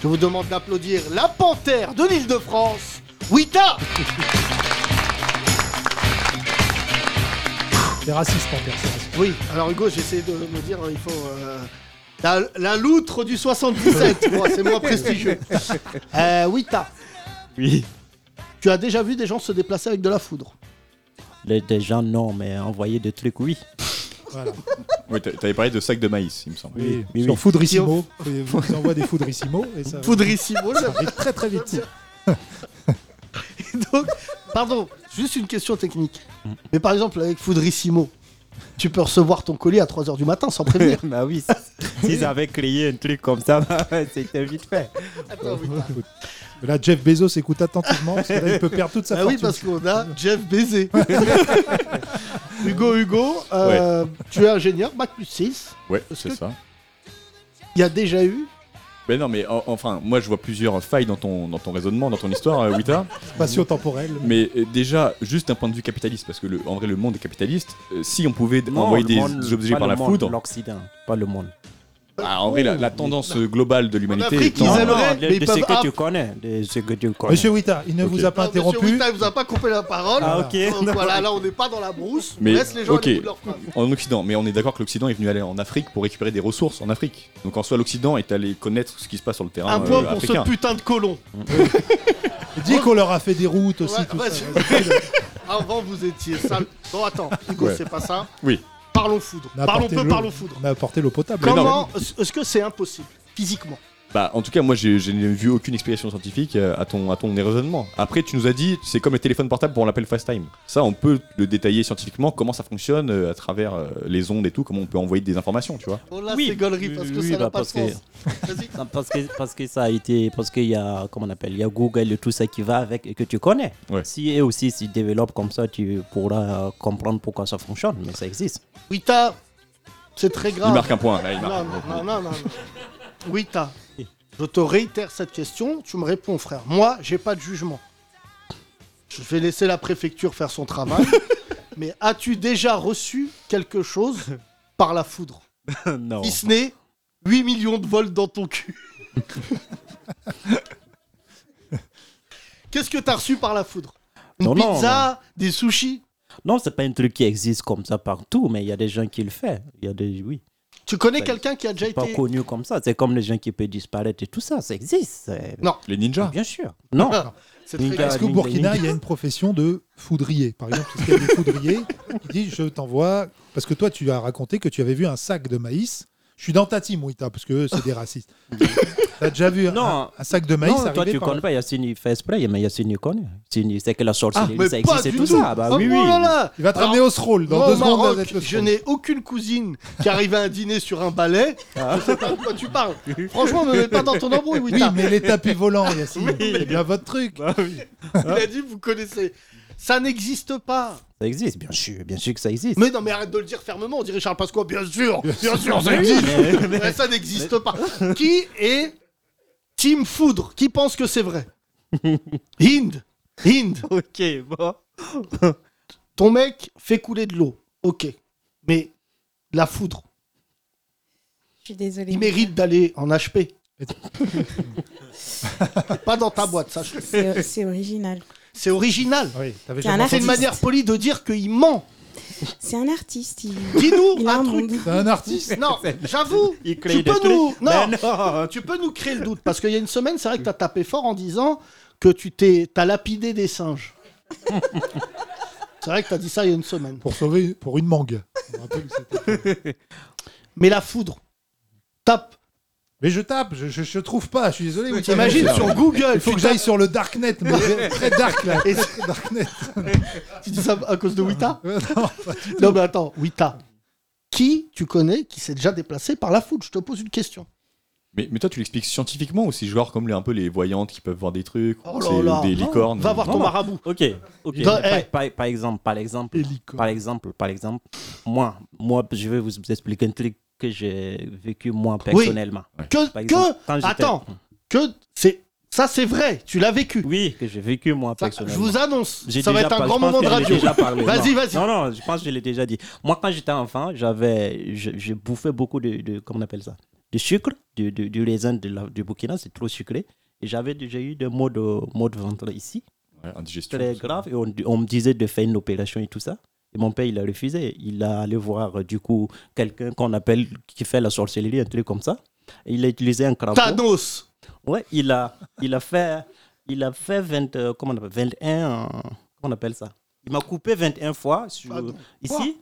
Je vous demande d'applaudir la panthère de l'île de France, Wita C'est raciste, en fait, c'est raciste. Oui, alors Hugo, j'essaie de me dire, il faut. euh, la, la loutre du 77, Bon, c'est moins prestigieux. Euh, Wita, Oui. Tu as déjà vu des gens se déplacer avec de la foudre Les- Des gens non, mais envoyer des trucs, oui. Voilà. Ouais, t'a- T'avais parlé de sac de maïs, il me semble. Oui, oui, Sur oui. Foudrissimo. Vous vous envoie des Foudrissimo. Et ça Foudrissimo, ça arrive très très vite. donc. Pardon, juste une question technique. Mais par exemple, avec Foudrissimo, tu peux recevoir ton colis à 3h du matin sans prévenir. bah oui, s'ils avaient créé un truc comme ça, c'était vite fait. Là, Jeff Bezos écoute attentivement parce que là, il peut perdre toute sa Ah oui, fortune. parce qu'on a Jeff Baiser. Hugo, Hugo, euh, tu es ingénieur, bac plus 6. Ouais, Parce c'est que- ça. Il y a déjà eu. Mais non, mais en- enfin, moi, je vois plusieurs failles dans ton, dans ton raisonnement, dans ton histoire, euh, Wita. Spatio-temporel. Mais euh, déjà, juste d'un point de vue capitaliste, parce que le- en vrai, le monde est capitaliste. euh, si on pouvait d- envoyer le des monde- objets pas par le la monde, foudre, L'Occident, pas le monde. bah, en vrai, la, la tendance euh, globale de l'humanité Afrique, étant- ils aimeraient, de, mais ils de peuvent ce que app- tu connais. De ce que tu connais. Monsieur Wita, il ne Ok. vous a pas Ah, monsieur interrompu. Wita, il vous a pas coupé la parole. Ah, ok. Donc voilà, là, on n'est pas dans la brousse. Mais, on laisse les gens ok. aller au bout de leur phrase. En Occident, mais on est d'accord que l'Occident est venu aller en Afrique pour récupérer des ressources en Afrique. Donc en soi, l'Occident est allé connaître ce qui se passe sur le terrain Un point euh, pour africain. ce putain de colon. Dis qu'on leur a fait des routes aussi. oh. Ouais, tout ouais, ça. Avant, vous étiez sale. Bon, attends, Hugo, Ouais. c'est pas ça. Oui. Parlons foudre. On a Parlons apporté peu, l'eau. parlons foudre. On a apporté l'eau potable. Comment est-ce est-ce que c'est impossible physiquement Bah, en tout cas, moi, j'ai- je n'ai vu aucune explication scientifique euh, à ton, à ton raisonnement. Après, tu nous as dit, c'est comme les téléphones portables pour l'appel FaceTime. Ça, on peut le détailler scientifiquement, comment ça fonctionne euh, à travers euh, les ondes et tout, comment on peut envoyer des informations, tu vois. Oh là, c'est gaulerie parce que Oui, ça n'a bah, pas de parce que- sens. Non, parce que parce que ça a été parce qu'il y a comment on appelle il y a Google et tout ça qui va avec et que tu connais. Ouais. Si et aussi s'ils développent comme ça, tu pourras euh, comprendre pourquoi ça fonctionne, mais ça existe. Wita, c'est très grave. marque un point, là, il non, marque un non, non, non, non. Wita, je te réitère cette question, tu me réponds, frère. Moi, j'ai pas de jugement. Je vais laisser la préfecture faire son travail. mais as-tu déjà reçu quelque chose par la foudre non. Si ce n'est 8 millions de volts dans ton cul. Qu'est-ce que t'as reçu par la foudre Une Non, non, pizza des sushis Non, c'est pas un truc qui existe comme ça partout, mais il y a des gens qui le font. Il y a des oui. Tu connais Ça quelqu'un qui a déjà C'est pas été. connu comme ça. C'est comme les gens qui peuvent disparaître et tout ça. Ça existe. c'est- Non. Les ninjas Bien sûr. Non. Ah. C'est Ninja, Est-ce qu'au ninja, Burkina, ninja. il y a une profession de foudrier Par exemple, parce qu'il y a des foudriers qui disent Je t'envoie. Parce que toi, tu as raconté que tu avais vu un sac de maïs. Je suis dans ta team, Wita, parce que c'est des racistes. T'as déjà vu un- un, sac de maïs Bah, Non, toi arriver tu par- connais pas Yassine, il fait exprès, mais Yassine il connaît. Yassine, c'est que la sorcellerie, Ah, mais ça pas existe et du tout, tout. ça. Bah, Oh oui, oui. là là Il va te ramener au scroll. Dans Moi, deux au secondes, Maroc, vous êtes le oh, je scroll. n'ai aucune cousine qui arrive à un dîner sur un balai. Je sais pas de quoi tu parles. Franchement, me mets pas dans ton embrouille, Ah. Oui, Wita. mais les tapis volants, Yacine, c'est bien votre truc. Il hein. a dit, vous connaissez. Ça n'existe pas. Ça existe, bien sûr, bien sûr que ça existe. Mais non, mais arrête de le dire fermement. On dirait Charles Pasqua. Bien sûr, bien sûr, ça existe. Ouais, ça n'existe pas. Qui est Team Foudre Qui pense que c'est vrai Hind. Hind. Ok, bon. Ton mec fait couler de l'eau. Ok. Mais la foudre, Je suis désolée. il mérite d'aller en HP. pas dans ta boîte, ça. je- C'est c'est original. C'est original. Oui, t'avais T'es un jamais C'est une artiste. manière polie de dire qu'il ment. C'est un artiste. Il, Dis-nous il Oh, a un un truc. monde. T'es un artiste. Non, j'avoue, Il crée tu des peux trucs. nous. Non, Ben non. tu peux nous créer le doute. Parce qu'il y a une semaine, c'est vrai que t'as tapé fort en disant que tu t'es, t'as lapidé des singes. c'est vrai que t'as dit ça il y a une semaine. Pour sauver pour une mangue. On rappelle que c'était- Mais la foudre, tape. Mais je tape, je, je, je trouve pas, je suis désolé. mais T'imagines sur Google, Il faut que j'aille sur le Darknet, mais c'est très dark là. Et- Très Darknet. Tu dis ça à cause de Wita Ouais, non. Non, mais attends, Wita. Qui tu connais qui s'est déjà déplacé par la foudre Je te pose une question. Mais, mais toi, tu l'expliques scientifiquement ou c'est genre comme les, un peu les voyantes qui peuvent voir des trucs, Oh c'est- là là. des licornes Va voir Non, ton non. marabout. Ok, ok. Dans- Mais eh. Par, par- par exemple, par exemple, Hélico. par exemple, par exemple, moi, moi, je vais vous expliquer un truc que j'ai vécu moi personnellement. Que, Par exemple, quand que j'étais- attends, que c'est ça c'est vrai, tu l'as vécu. Oui, que j'ai vécu moi Ça, personnellement. je vous annonce, J'ai ça va déjà être un par- grand je pense moment de que j'en ai radio. déjà parlé. Vas-y, Non. vas-y. Non, non, je pense que je l'ai déjà dit. Moi, quand j'étais enfant, j'avais, je, je bouffais beaucoup de, de- comment on appelle ça, de sucre, du, du, du raisin de la- du Burkina, c'est trop sucré. Et j'avais déjà eu des maux de, maux de ventre ici, Ouais, indigestion. très grave. Et on, on me disait de faire une opération et tout ça. Et mon père, il a refusé. Il a allé voir, euh, du coup, quelqu'un qu'on appelle, qui fait la sorcellerie, un truc comme ça. Et Il a utilisé un crapaud. Thanos. Ouais, il a, il a fait, il a fait 20, euh, comment on appelle, 21, euh, comment on appelle ça Il m'a coupé 21 fois sur- ici,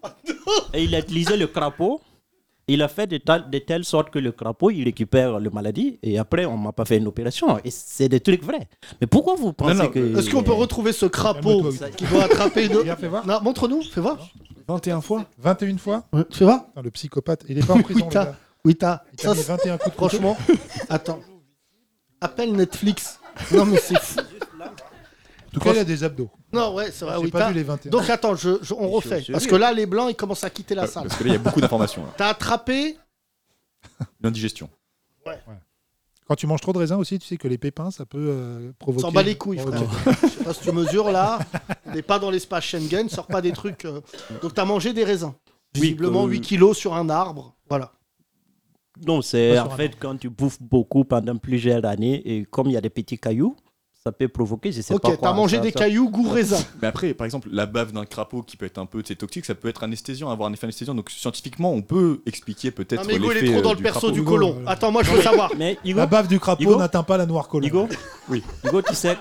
et il a utilisé le crapaud. Il a fait de, tal- de telle sorte que le crapaud, il récupère le maladie, et après, on m'a pas fait une opération. Et c'est des trucs vrais. Mais pourquoi vous pensez non, que... Est-ce qu'on peut retrouver ce crapaud qui doit attraper une... Viens, fais voir. Non, montre-nous, fais voir. 21 fois 21 fois Fais voir. Putain, Le psychopathe, il est pas en prison. le Putain. gars. Oui, t'as. Il Ça, t'a mis 21 coups de couteau. Franchement, attends. Appelle Netflix. Non, mais c'est fou. En tout cas, il y a des abdos. Non, ouais, c'est vrai, J'ai oui, pas t'as- vu les 21. Donc attends, je, je- on refait. Parce que là, les blancs, ils commencent à quitter la salle. Parce que là, il y a beaucoup d'informations. là. T'as attrapé L'indigestion. Quand tu manges trop de raisins aussi, tu sais que les pépins, ça peut euh, provoquer. Oh, S'en bat les couilles, frère. provoquer- Je sais pas si tu mesures là. On n'est pas dans l'espace Schengen, sors pas des trucs. euh. Donc t'as mangé des raisins. Visiblement euh, 8 kilos sur un arbre. Voilà. Non, c'est Pas sur en un fait quand tu bouffes beaucoup pendant plusieurs années, et comme il y a des petits cailloux, ça peut provoquer, je sais pas Ok, quoi. t'as mangé ça- des ça- cailloux goût raisin. Mais après, par exemple, la bave d'un crapaud qui peut être un peu tu sais, toxique, ça peut être anesthésiant, avoir un effet anesthésiant. Donc scientifiquement, on peut expliquer peut-être Non, mais Hugo, il l'effet est trop euh, dans le du perso crapaud. du Hugo, colon. voilà. Attends, moi, je veux savoir. Mais Hugo, Ah bah. La bave du crapaud Hugo n'atteint pas la noire colonne. Hugo Oui. Hugo, tu sais,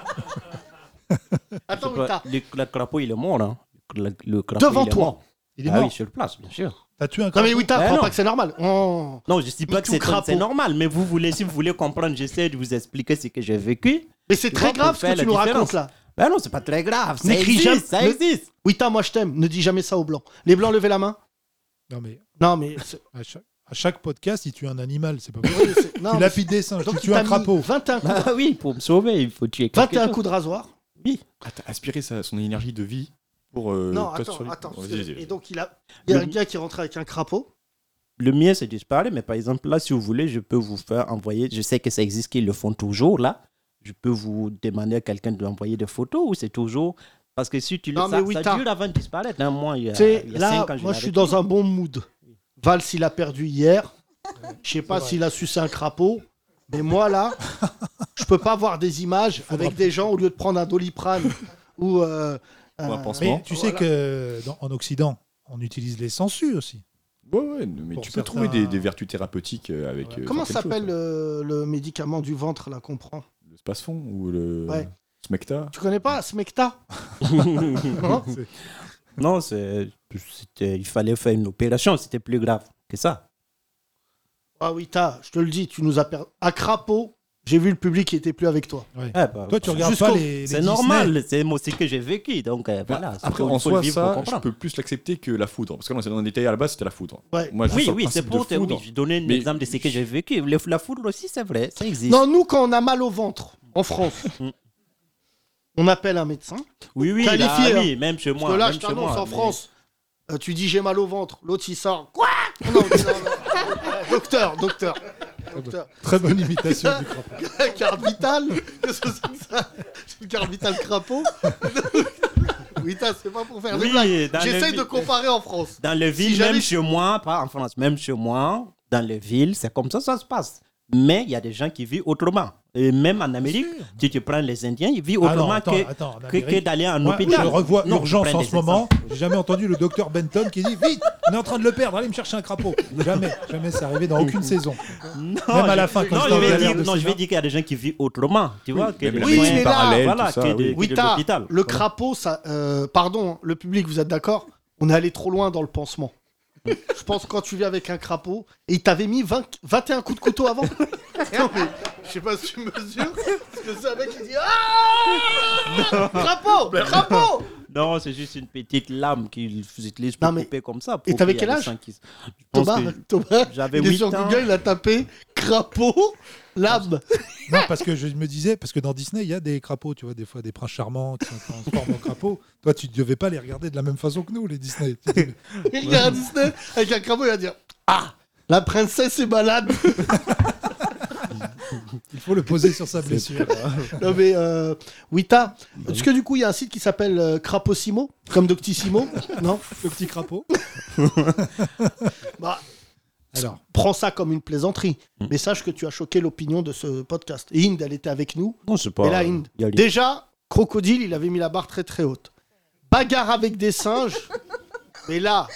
Attends, Le, Wita. le crapaud, il est mort. Hein. Le, le crapaud, Devant il est toi. mort. Il est Ah mort. oui, sur place, bien sûr. T'as tué un Non, crapaud mais oui, Ben t'apprends non. pas que c'est normal. Oh. Non, je ne dis pas que tout c'est crapaud. c'est normal, mais vous voulez, si vous voulez comprendre, j'essaie de vous expliquer ce que j'ai vécu. Mais c'est Tu très vois, grave pour ce faire que tu la nous racontes différence. là. Ben non, c'est pas très grave. Ça N'écris existe, jamais- ça ne- existe. Wita, moi je t'aime. Ne dis jamais ça aux blancs. Les blancs, levez la main. Non, mais Non, mais. c'est- à chaque, à chaque podcast, il tue un animal, c'est pas possible. oui, c'est- non, tu mais- lapides des singes, Donc, tu il tues un t'a mis crapaud. 21 coups, Bah oui, pour me sauver, il faut tuer quelque 21 chose. coups de rasoir. Attends, aspirer sa- son énergie de vie pour. euh, non, code attends, sur lui. attends. parce Vas-y, que- vas-y, vas-y. Et donc, il a. Il y a Le- un gars qui est rentré avec un crapaud. Le mien, c'est disparu, mais par exemple, là, si vous voulez, je peux vous faire envoyer. Je sais que ça existe, qu'ils le font toujours, là. Je peux vous demander à quelqu'un d'envoyer des photos ou c'est toujours. Parce que si tu le Non, mais ça, oui, t'as- ça dure avant de disparaître. Hein. Moi, il y a, Tu sais, il y a là, cinq ans, je moi je l'avais suis tué. dans un bon mood. Valls, il a perdu hier. Je sais pas vrai. s'il a sucé un crapaud. Mais moi, là, je peux pas voir des images avec des gens au lieu de prendre un doliprane ou. euh, Ou un euh, pansement. Mais tu sais que dans- en Occident, on utilise les sangsues aussi. Ouais, ouais, mais Pour tu certains- peux trouver des, des vertus thérapeutiques euh, avec. euh, Comment certaines s'appelle choses, euh, le, médicament du ventre là qu'on prend ouais. Le spasfon ou le. Ouais. Smecta Tu connais pas Smecta Non Non, c'est- c'était- il fallait faire une opération, c'était plus grave que ça. Ah oui, t'as, je te le dis, tu nous as perdu. À crapaud, j'ai vu le public qui était plus avec toi. Eh ben, Toi, tu regardes Jusqu'au- pas les. les c'est Disney. normal, c'est moi aussi que j'ai vécu. Donc euh, voilà, c'est Bah, Après, pour- en il faut soi, le vivre pour ça, je comprendre. peux plus l'accepter que la foudre. Parce que là, on s'est dans un détail à la base, c'était la foudre. Ouais. Moi, je Oui, ressors le oui, c'est principe pour de te. foudre. Oui, je donnais un Mais- exemple de ce que j'ai vécu. Le- la foudre aussi, c'est vrai, ça existe. Non, nous, quand on a mal au ventre, en France, Mm. on appelle un médecin. oui, oui, Qualifié, là, hein. oui, même chez moi. Parce que là, même je chez t'annonce, moi, en mais- France, euh, tu dis j'ai mal au ventre, l'autre il sort. Quoi Non, non, non, non. Docteur, docteur. Docteur. Très bonne imitation du crapaud. carte vitale Qu'est-ce que c'est que ça Une carte vitale crapaud Oui, t'as, c'est pas pour faire des Oui, blagues. dans le J'essaye vi- de comparer en France. Dans les villes, j'avais- même chez moi, pas en France, même chez moi, dans les villes, c'est comme ça ça se passe. Mais il y a des gens qui vivent autrement. Et même en Amérique, si tu prends les Indiens, ils vivent Ah non, autrement attends, que, attends, en que- Amérique, que d'aller en Moi, hôpital. Je revois Non, l'urgence prends en des ce moment. J'ai jamais entendu le docteur Benton qui dit Vite, on est en train de le perdre, allez me chercher un crapaud. Jamais, jamais, c'est arrivé dans aucune saison. Non, Même à je- la fin, quand non, j'étais je en vais galère dire, de non, je cinéma. vais dire qu'il y a des gens qui vivent autrement. Tu vois, que Même les la Oui, médecine mais là- parallèle, voilà, tout ça, que oui. de- Oui, de t'as, l'hôpital. le crapaud, ça. euh, pardon, hein, le public, vous êtes d'accord On est allé trop loin dans le pansement. Je pense que quand tu vis avec un crapaud, et il t'avait mis 20 21 coups de couteau avant. Non, mais je sais pas si tu mesures, parce que c'est un mec qui dit Ah Crapaud Crapaud Non, c'est juste une petite lame qu'ils utilisent Non, pour mais- couper comme ça. Et pour t'avais qu'il y quel ait le âge sang qui se- Je pense Thomas, que Thomas, j'avais il est 8 sur ans. Google, il a tapé crapaud, lame. Non, parce que je me disais, parce que dans Disney, il y a des crapauds, tu vois, des fois des princes charmants qui se transforment en crapauds. Toi, tu ne devais pas les regarder de la même façon que nous, les Disney. Tu dis, mais Il regarde Disney avec un crapaud, il va dire Ah la princesse est malade. Il faut le poser sur sa blessure. Non mais euh, Wita, parce que du coup il y a un site qui s'appelle euh, Crapossimo, comme Doctissimo, non Le petit crapaud. Bah, Alors, prends ça comme une plaisanterie. Mais sache que tu as choqué l'opinion de ce podcast. Et Inde, elle était avec nous. Non, c'est pas. Et là, une- il y a- Déjà, Crocodile, il avait mis la barre très très haute. Bagarre avec des singes. Mais là,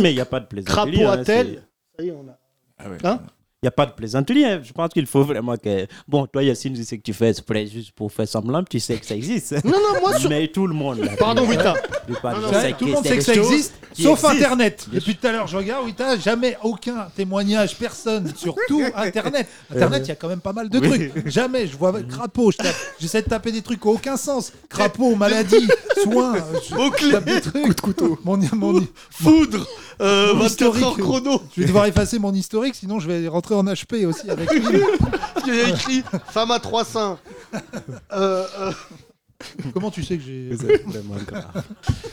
Mais il n'y a pas de plaisanterie. crapaud hein, à c'est- tel. Ça y est, on a- Ah ouais. Hein Il n'y a pas de plaisanterie. hein. Je pense qu'il faut vraiment que. Bon, toi, Yacine, je sais que tu fais exprès juste pour faire semblant, tu sais que ça existe. Non, non, moi, sur... Mais tout le monde. là, Pardon, tu- Wita. tu parles Non, de non, ça, tout qui- le monde c'est sait que des ça choses existe, qui sauf existent. Internet. Depuis tout à l'heure, je regarde, oui, t'as jamais aucun témoignage, personne, surtout Internet. Internet, il y a quand même pas mal de trucs. Jamais, je vois crapaud, je tape- j'essaie de taper des trucs qui n'ont aucun sens. Crapaud, maladie, soins, je je tape des trucs. Coup de couteau. Mon, mon- foudre, euh, Mon 24 heures historique. chrono. je vais devoir effacer mon historique, sinon je vais rentrer en HP aussi avec lui. Il y a écrit femme à trois seins. Euh, euh, Comment tu sais que j'ai.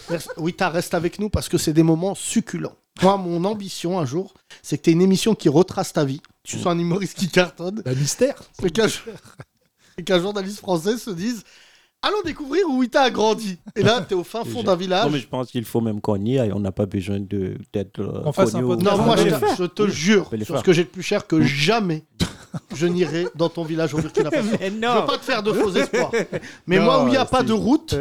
Reste- Oui, t'as reste avec nous parce que c'est des moments succulents. Moi, mon ambition un jour, c'est que t'aies une émission qui retrace ta vie. Tu sois un humoriste qui cartonne La mystère et qu'un jour- et qu'un journaliste français se dise Allons découvrir où Wita a grandi. Et là, t'es au fin fond d'un Non, village. mais je pense qu'il faut même qu'on y aille. On n'a pas besoin de- d'être. euh, Qu'on fasse un connu ou- podcast. Non, On moi, peut je, les te- je te jure peut les sur faire. ce que j'ai de plus cher que jamais je n'irai dans ton village au Burkina Faso. Mais Je veux non! pas te faire de faux espoirs. Mais Non, moi, où il n'y a si. pas de route,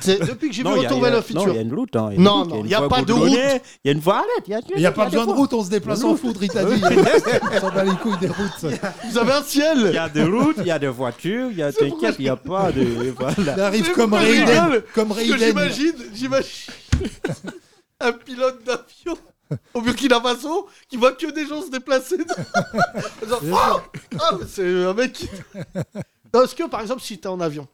c'est depuis que j'ai vu Non, il y a- Retour vers le il y a- Non, il y a futur. une route. hein, Non, une route, non, une il y a voie pas de goudronnée, route. Il y a une voie, arrête. Il n'y a pas besoin de route, on se déplace en foudre, il t'a dit. On s'en bat les couilles des routes. Vous avez un ciel Il y a des routes, il y a des voitures, il y a t'inquiète, il n'y a pas de. Voilà. Il arrive Mais comme pourquoi je Raiden. rigole Comme Parce que Raiden. j'imagine, j'imagine un pilote d'avion au Burkina Faso qui voit que des gens se déplacer. Genre, ah, ah, mais c'est un mec qui- Non, Est-ce que, par exemple, si t'es en avion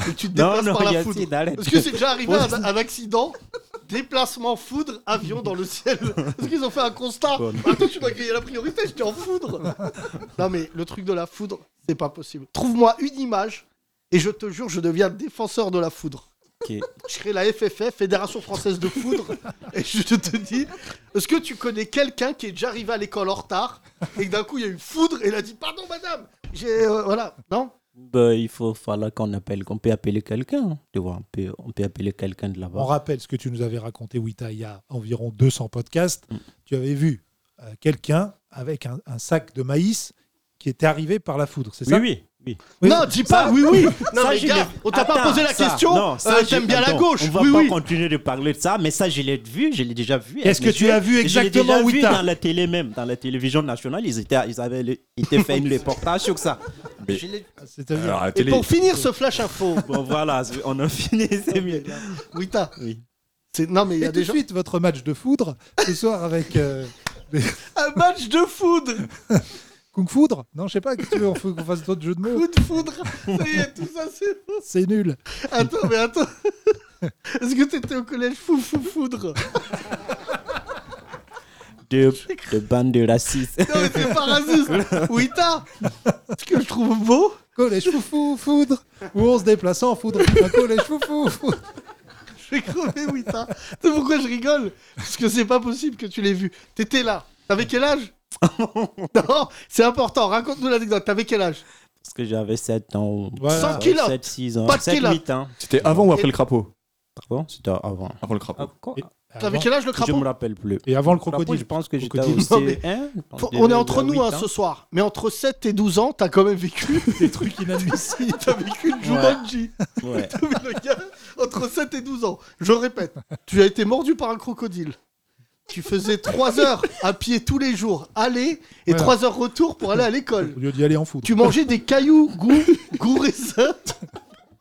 et que tu te Non, déplaces non, par la Yacine, foudre, arrête. est-ce que c'est déjà arrivé un, un accident Déplacement foudre, avion dans le ciel. Est-ce qu'ils ont fait un constat Bon. Attends, tu m'as grillé la priorité, j'étais en foudre. non, mais le truc de la foudre, c'est pas possible. Trouve-moi une image et je te jure, je deviens défenseur de la foudre. Ok. Je crée la FFF, Fédération Française de Foudre, et je te dis, est-ce que tu connais quelqu'un qui est déjà arrivé à l'école en retard et que d'un coup il y a eu foudre et il a dit pardon madame J'ai euh, voilà non Bah, il faut falloir qu'on appelle, qu'on peut appeler quelqu'un. Tu vois, on peut, on peut appeler quelqu'un de On là-bas. rappelle ce que tu nous avais raconté, Wita, il y a environ 200 podcasts. Mm. Tu avais vu euh, quelqu'un avec un, un sac de maïs qui était arrivé par la foudre, c'est Oui, ça oui, oui. Oui, non dis pas oui oui non Ça, mais je gars l'ai- on t'a pas Attends, posé la ça, question non, ça, euh, je- t'aimes bien la attends, gauche On va oui pas oui continuer de parler de ça, mais ça, je l'ai vu, je l'ai déjà vu. Est-ce que Mais tu je- l'as vu je l'ai exactement, déjà vu Wita dans la télé même, dans la télévision nationale, ils étaient, ils avaient, le- ils étaient fait une reportage sur ça. Mais- Je l'ai- C'est-à-dire- Euh, Alors, la et télé- pour finir ce flash info Bon, voilà, on a fini, c'est mieux. oui t'as Oui. c'est non mais il y Et a tout des de gens suite, votre match de foudre, ce soir avec euh, un match de foudre Kung Foudre Non, je sais pas, qu'est-ce que tu veux on faut qu'on fasse d'autres jeux de mots coup de foudre Ça y est, tout ça c'est C'est nul. attends mais attends est-ce que t'étais au collège fou fou foudre De, de bande de racistes. non mais c'est pas raciste oui t'as ce que je trouve beau Collège foufou, foudre Ou on se déplace en foudre. Un collège foufou, foudre Je vais crever, oui, ça. C'est pourquoi je rigole. Parce que c'est pas possible que tu l'aies vu. T'étais là. T'avais quel âge Non, c'est important. Raconte-nous l'anecdote. T'avais quel âge Parce que j'avais 7 ans. Voilà. Sans culotte. 7, 6 ans. Pas de 7, culotte. 8 ans. C'était avant ou après le crapaud Pardon C'était avant. Avant le crapaud. Encore T'avais quel âge, le Ah Je me crapaud rappelle plus. Et avant le Bah, Après, je crocodile. pense que j'étais Crocodile. au Non, mais- CE1. Faut- On est entre nous hein, ce soir. Mais entre 7 et 12 ans, t'as quand même vécu des trucs inadmissibles. T'as vécu une Jumanji. Ouais. Mais le gars, entre 7 et 12 ans. Je répète, tu as été mordu par un crocodile. Tu faisais 3 heures à pied tous les jours, aller, et Voilà. 3 heures retour pour aller à l'école. Au lieu d'y aller en foudre. Tu mangeais des cailloux, goût, goût raisin.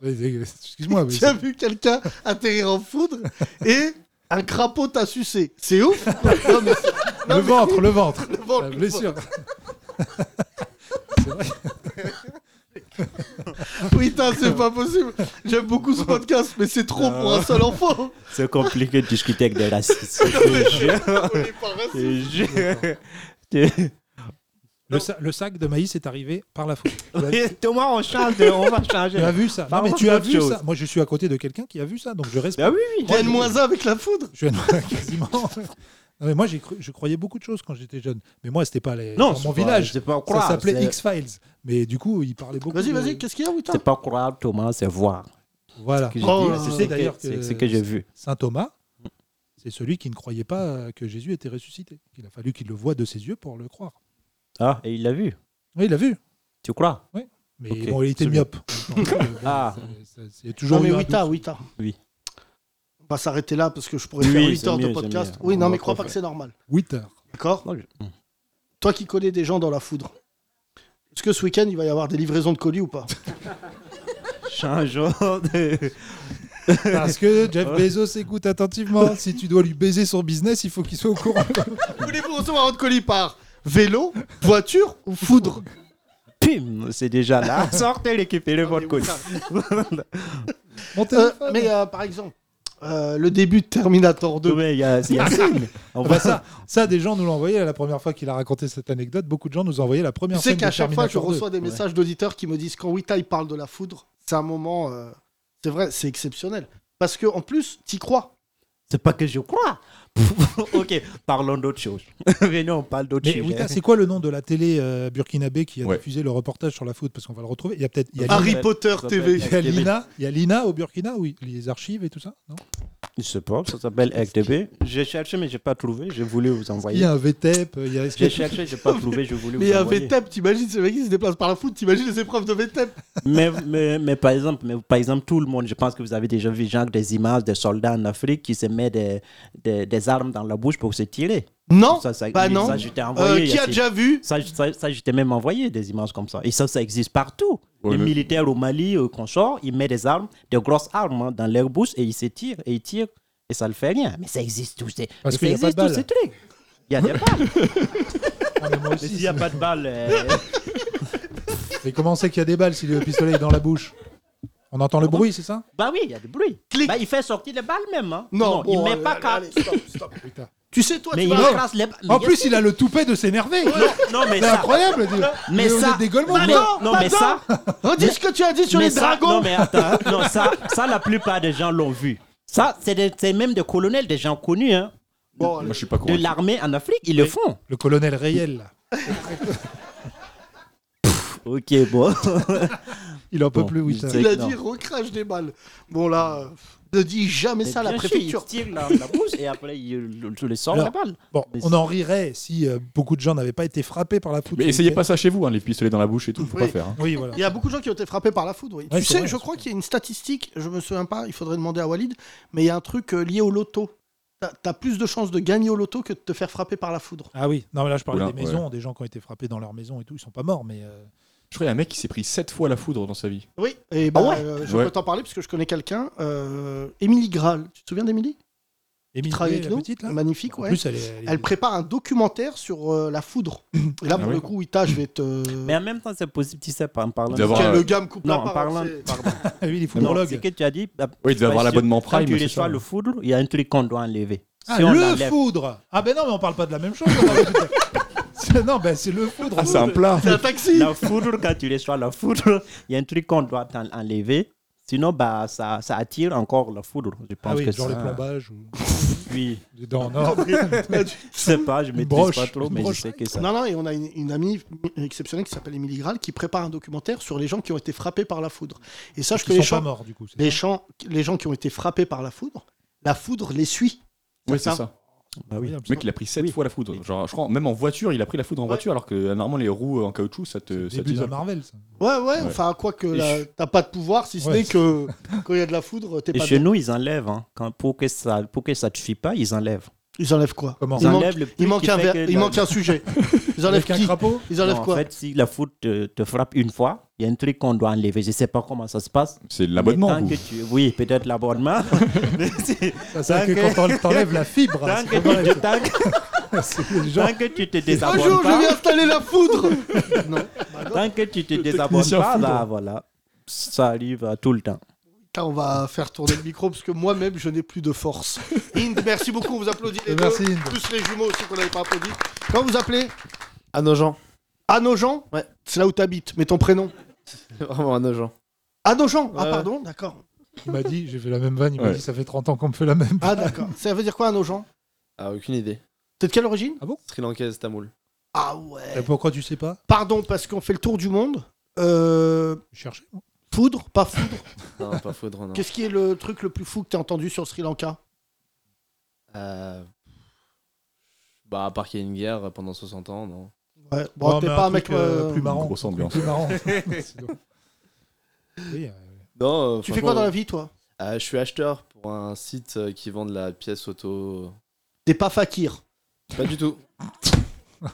Excuse-moi, mais Tu as vu quelqu'un atterrir en foudre et un crapaud t'a sucé. C'est ouf Non, mais c'est- le non, mais- ventre, le ventre le ventre, La le blessure ventre. Oui, putain, c'est pas possible. J'aime beaucoup ce podcast, mais c'est trop pour un seul enfant. C'est compliqué de discuter avec des racistes. On est pas resté. Je- le, sa- le sac de maïs est arrivé par la foudre. Tu as- Thomas, on change, de- on va changer. Tu as vu ça Non, Parlons mais tu as d'autre vu chose. ça Moi, je suis à côté de quelqu'un qui a vu ça, donc je respecte. Ah oui, oui. T'as moins un avec la foudre. Je quasiment. Non, mais moi, j'ai cru- je croyais beaucoup de choses quand j'étais jeune. Mais moi, c'était pas les... Non, dans c'est mon pas- village. c'est pas ça croire, s'appelait c'est- X-Files. Mais du coup, il parlait beaucoup. Vas-y, de- vas-y, qu'est-ce qu'il y a, putain C'est pas croire, Thomas, c'est voir. Voilà. Que j'ai Oh dit, là c'est là. ce que- D'ailleurs c'est que- ce que j'ai vu. Saint Thomas, c'est celui qui ne croyait pas que Jésus était ressuscité. Il a fallu qu'il le voie de ses yeux pour le croire. Ah, et il l'a vu. Oui, il l'a vu. Tu crois Mais Ok, bon, il était celui- myope. Donc, euh, bon, Ah. c'est- c'est- C'est toujours hein, Non, mais eu un oui, t'as, doute. oui, t'as. Oui. On va s'arrêter là parce que je pourrais Oui, faire 8 c'est heures de mieux, c'est podcast. mieux. Oui, On non, va mais crois pas pas que faire. c'est normal. Huit heures. D'accord Non, je- Toi qui connais des gens dans la foudre, est-ce que ce week-end il va y avoir des livraisons de colis ou pas Changeons de... Parce que Jeff Bezos écoute attentivement. Si tu dois lui baiser son business, il faut qu'il soit au courant. Voulez-vous recevoir votre colis par vélo, voiture ou foudre Pim, c'est déjà là. Sortez récupérez votre mais oui, colis. Mon Euh, téléphone. Mais euh, par exemple, euh, le début de Terminator 2. Mais il y a il y a Yacine. On Ah bah ça, ça, des gens nous l'ont envoyé la première fois qu'il a raconté cette anecdote. Beaucoup de gens nous ont envoyé la Tu première sais scène qu'à de chaque fois, je Terminator 2. reçois des messages d'auditeurs qui me disent quand Wita il parle de la foudre, c'est un moment. euh, c'est vrai, c'est exceptionnel. Parce que en plus, t'y crois. C'est pas que je crois. ok, parlons d'autre chose. Venez, on parle d'autre Mais chose. Wita, c'est quoi le nom de la télé euh, burkinabé qui a Ouais. diffusé le reportage sur la foot Parce qu'on va le retrouver. Il y a peut-être. Il y a Harry s'appelle- Potter ça TV. Il y a s'appelle RTB. Lina, il y a Lina au Burkina, oui, les archives et tout ça. Non Je sais pas, ça s'appelle RTB. J'ai cherché, mais j'ai pas trouvé. Je voulais vous il y envoyer. a un VTEP, il y a. J'ai cherché, j'ai pas trouvé. Je voulais Mais il vous y a envoyer. VTEP, t'imagines ce mec qui se déplace par la foudre, t'imagines les épreuves de VTEP. mais, mais, mais par exemple, mais par exemple, tout le monde, je pense que vous avez déjà vu genre des images des soldats en Afrique qui se mettent des, des, des armes dans la bouche pour se tirer. Non Ça, ça- Bah oui, non. ça, je t'ai Euh, envoyé. Qui a Yacine. déjà vu Ça, je- ça, ça, je t'ai même envoyé des images comme ça. Et ça, ça existe partout. Ouais, les mais- militaires au Mali, au Consort, ils mettent des armes, des grosses armes hein, dans leur bouche et ils se tirent et ils tirent et ça ne fait rien. Mais ça existe tous ces, Parce mais qu'il y ça a pas de existe tous balles. ces trucs. Il y a des balles. Ah, mais moi Mais aussi, s'il n'y a c'est- pas de balles, euh, Mais comment c'est qu'il y a des balles si le pistolet est dans la bouche On entend le bruit, c'est ça bah oui, il y a du bruit. Clic. Bah, il fait sortir les balles même. Hein. Non, il bon, met euh, pas qu'à. allez, stop, stop. Putain. Tu sais, toi, Mais tu il vas- écrase les balles. En Mais- plus, il a le toupet de s'énerver. non, mais C'est ça. incroyable. dis- Mais vous ça. êtes des gueulements, mais- quoi. non, mais ça. Redis ce que tu as dit sur mais les ça- dragons. Non, mais attends, hein. non, ça, ça, la plupart des gens l'ont vu. Ça, c'est des- c'est même des colonels, des gens connus, hein, Bon, Moi, je suis pas de convaincu. l'armée en Afrique, ils le font. Le colonel Rayel, là. Ok, bon. Il en peut Bon, plus, oui. il ça. sait- il a non. dit recrache des balles. Bon, là, euh, ne dis jamais ça à la Bien sûr, préfecture. Ils tirent la, la bouche et après, ils ils les sortent Alors, la balle. Bon, Mais on en rirait si euh, beaucoup de gens n'avaient pas été frappés par la foudre. Mais essayez pas ça chez vous, hein, les pistolets dans la bouche et tout, faut Oui. pas faire. hein. Oui, voilà. Il y a beaucoup de gens qui ont été frappés par la foudre. oui. Ouais, tu c'est sais, vrai, je c'est crois qu'il y a une statistique, je me souviens pas, il faudrait demander à Walid, mais il y a un truc euh, lié au loto. T'as- T'as plus de chances de gagner au loto que de te faire frapper par la foudre. Ah oui, non, mais là, je parlais Oula, des maisons, des gens qui ont été frappés dans leur maison et tout. Ils sont pas morts, mais. euh, Je crois qu'il y a un mec qui s'est pris 7 fois la foudre dans sa vie. Oui, et bah, Ah ouais euh, je Ouais. peux t'en parler parce que je connais quelqu'un, euh, Émilie Graal. Tu te souviens d'Émilie Émilie, Qui travaille avec la nous petite, là Magnifique, En ouais. plus, elle est. elle est- Elle prépare un documentaire sur euh, la foudre. Et là, Ah pour oui. le coup, Ita, je vais te. Mais en même temps, c'est possible, tu sais pas, en parlant. D'avoir- Quel, euh, le gars me coupe non, la parole, en parlant- c'est- Ah oui, il est Non, ce foudrologue. que tu as dit. bah, Oui, il devait bah, avoir sur- l'abonnement Quand Prime. tu c'est ça. reçois le foudre, il y a un truc qu'on doit enlever. Ah, Si on le l'enlève- foudre Ah ben non, mais on parle pas de la même chose. on va vous dire. C'est- non, ben c'est le foudre. Ah, c'est un plat. C'est un taxi la foudre, quand tu reçois la foudre, il y a un truc qu'on doit en- enlever. Sinon, bah, ça, ça attire encore la foudre. Je pense Ah oui, que genre ça... les plombages ou Oui, des dents en or. je sais pas, je maîtrise broche, pas trop, une mais je broche. sais que ça. Non, non, et on a une, une amie exceptionnelle qui s'appelle Émilie Graal qui prépare un documentaire sur les gens qui ont été frappés par la foudre. Et sache que Ils les sont pas gens, morts, du coup. c'est les, ça gens, les gens qui ont été frappés par la foudre, la foudre les suit. Oui, c'est ça. Bah oui. Le mec, il a pris 7 fois la foudre. Genre, je crois, même en voiture, il a pris la foudre en Ouais. voiture, alors que euh, normalement, les roues en caoutchouc, ça te. ça Début de t'isole. Marvel, ça. Ouais, ouais, enfin, quoi que Et la- je- t'as pas de pouvoir si ce Ouais. n'est que quand il y a de la foudre, t'es Et pas chez dedans. nous, ils enlèvent. hein. Quand, pour, que ça, pour que ça ne te fuit pas, ils enlèvent. Ils enlèvent quoi Comment Il Ils manque, enlèvent le il truc manque qui un, fait ver- que il la- manque un sujet. Ils enlèvent Avec un qui crapaud Ils enlèvent Non, quoi En fait, si la foudre te, te frappe une fois, il y a un truc qu'on doit enlever. Je ne sais pas comment ça se passe. C'est de Mais l'abonnement. tant vous. que tu- Oui, peut-être l'abonnement. Mais si- Ça, C'est vrai que Tant quand on t'enlève la fibre, tant c'est que pas tu- tant que- vrai, c'est les gens- tant que tu te Un désabonnes jour, je vais pas, installer la foudre Non, tant que tu te désabonnes technicien pas, foudre. bah, voilà. Ça arrive euh, tout le temps. Putain, on va faire tourner le micro parce que moi-même, je n'ai plus de force. Inde, merci beaucoup, on vous applaudit les deux. Merci, Inde. Tous les jumeaux aussi qu'on n'avait pas applaudi. Quand vous appelez À nos gens. À nos gens Ouais. C'est là où t'habites, mais ton prénom. Vraiment à nos gens. À nos gens Ah, Ouais, ouais. pardon, d'accord. Il m'a dit, j'ai fait la même vanne, il m'a Ouais. dit, ça fait 30 ans qu'on me fait la même. Ah, d'accord. Ça veut dire quoi, à nos gens Ah, aucune idée. T'es de quelle origine Sri Lankaise, Tamoul. Ah, ouais. Et pourquoi tu sais pas Pardon, parce qu'on fait le tour du monde. Euh, Je cherchais. moi. foudre, pas foudre. Non, pas foudre, non. Qu'est-ce qui est le truc le plus fou que t'as entendu sur Sri Lanka Euh, Bah, à part qu'il y a une guerre pendant 60 ans, non. Ouais, bon, Non, t'es mais pas un truc, mec. euh, euh, plus marrant. grosse un truc ambiance. Plus marrant. Oui, euh, Non, euh, Tu fais quoi dans franchement, la vie, toi euh, Je suis acheteur pour un site euh, qui vend de la pièce auto. T'es pas fakir. Pas du tout.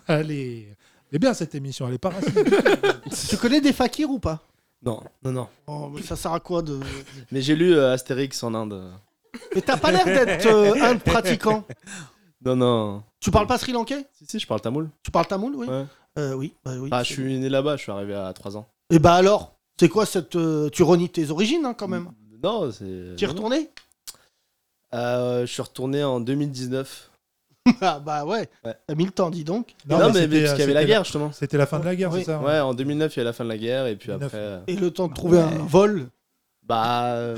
Allez. Eh bien, cette émission, elle est pas raciste. Tu connais des fakirs ou pas Non, non, non. Oh, mais ça sert à quoi de. Mais j'ai lu euh, Astérix en Inde. Mais t'as pas l'air d'être euh, un pratiquant. Non, non. Tu parles pas sri lankais Si, si, je parle tamoul. Tu parles tamoul, oui Ouais. Euh, Oui, bah oui. Ah, je suis né là-bas, je suis arrivé à 3 ans. Et bah alors C'est quoi cette. euh, Tu renies tes origines, hein, quand même Non, c'est. Tu y Bah non, non. es retourné Euh, Je suis retourné en 2019. Ah, bah ouais. Ouais. T'as mis le temps, dis donc. Non, mais, mais c'était, euh, parce qu'il y avait c'était la guerre, justement. C'était la fin de la guerre, Oui. c'est ça hein, Ouais, en 2009, il y a la fin de la guerre, et puis 2009, après. euh, Et le temps de trouver un vol. Bah. euh,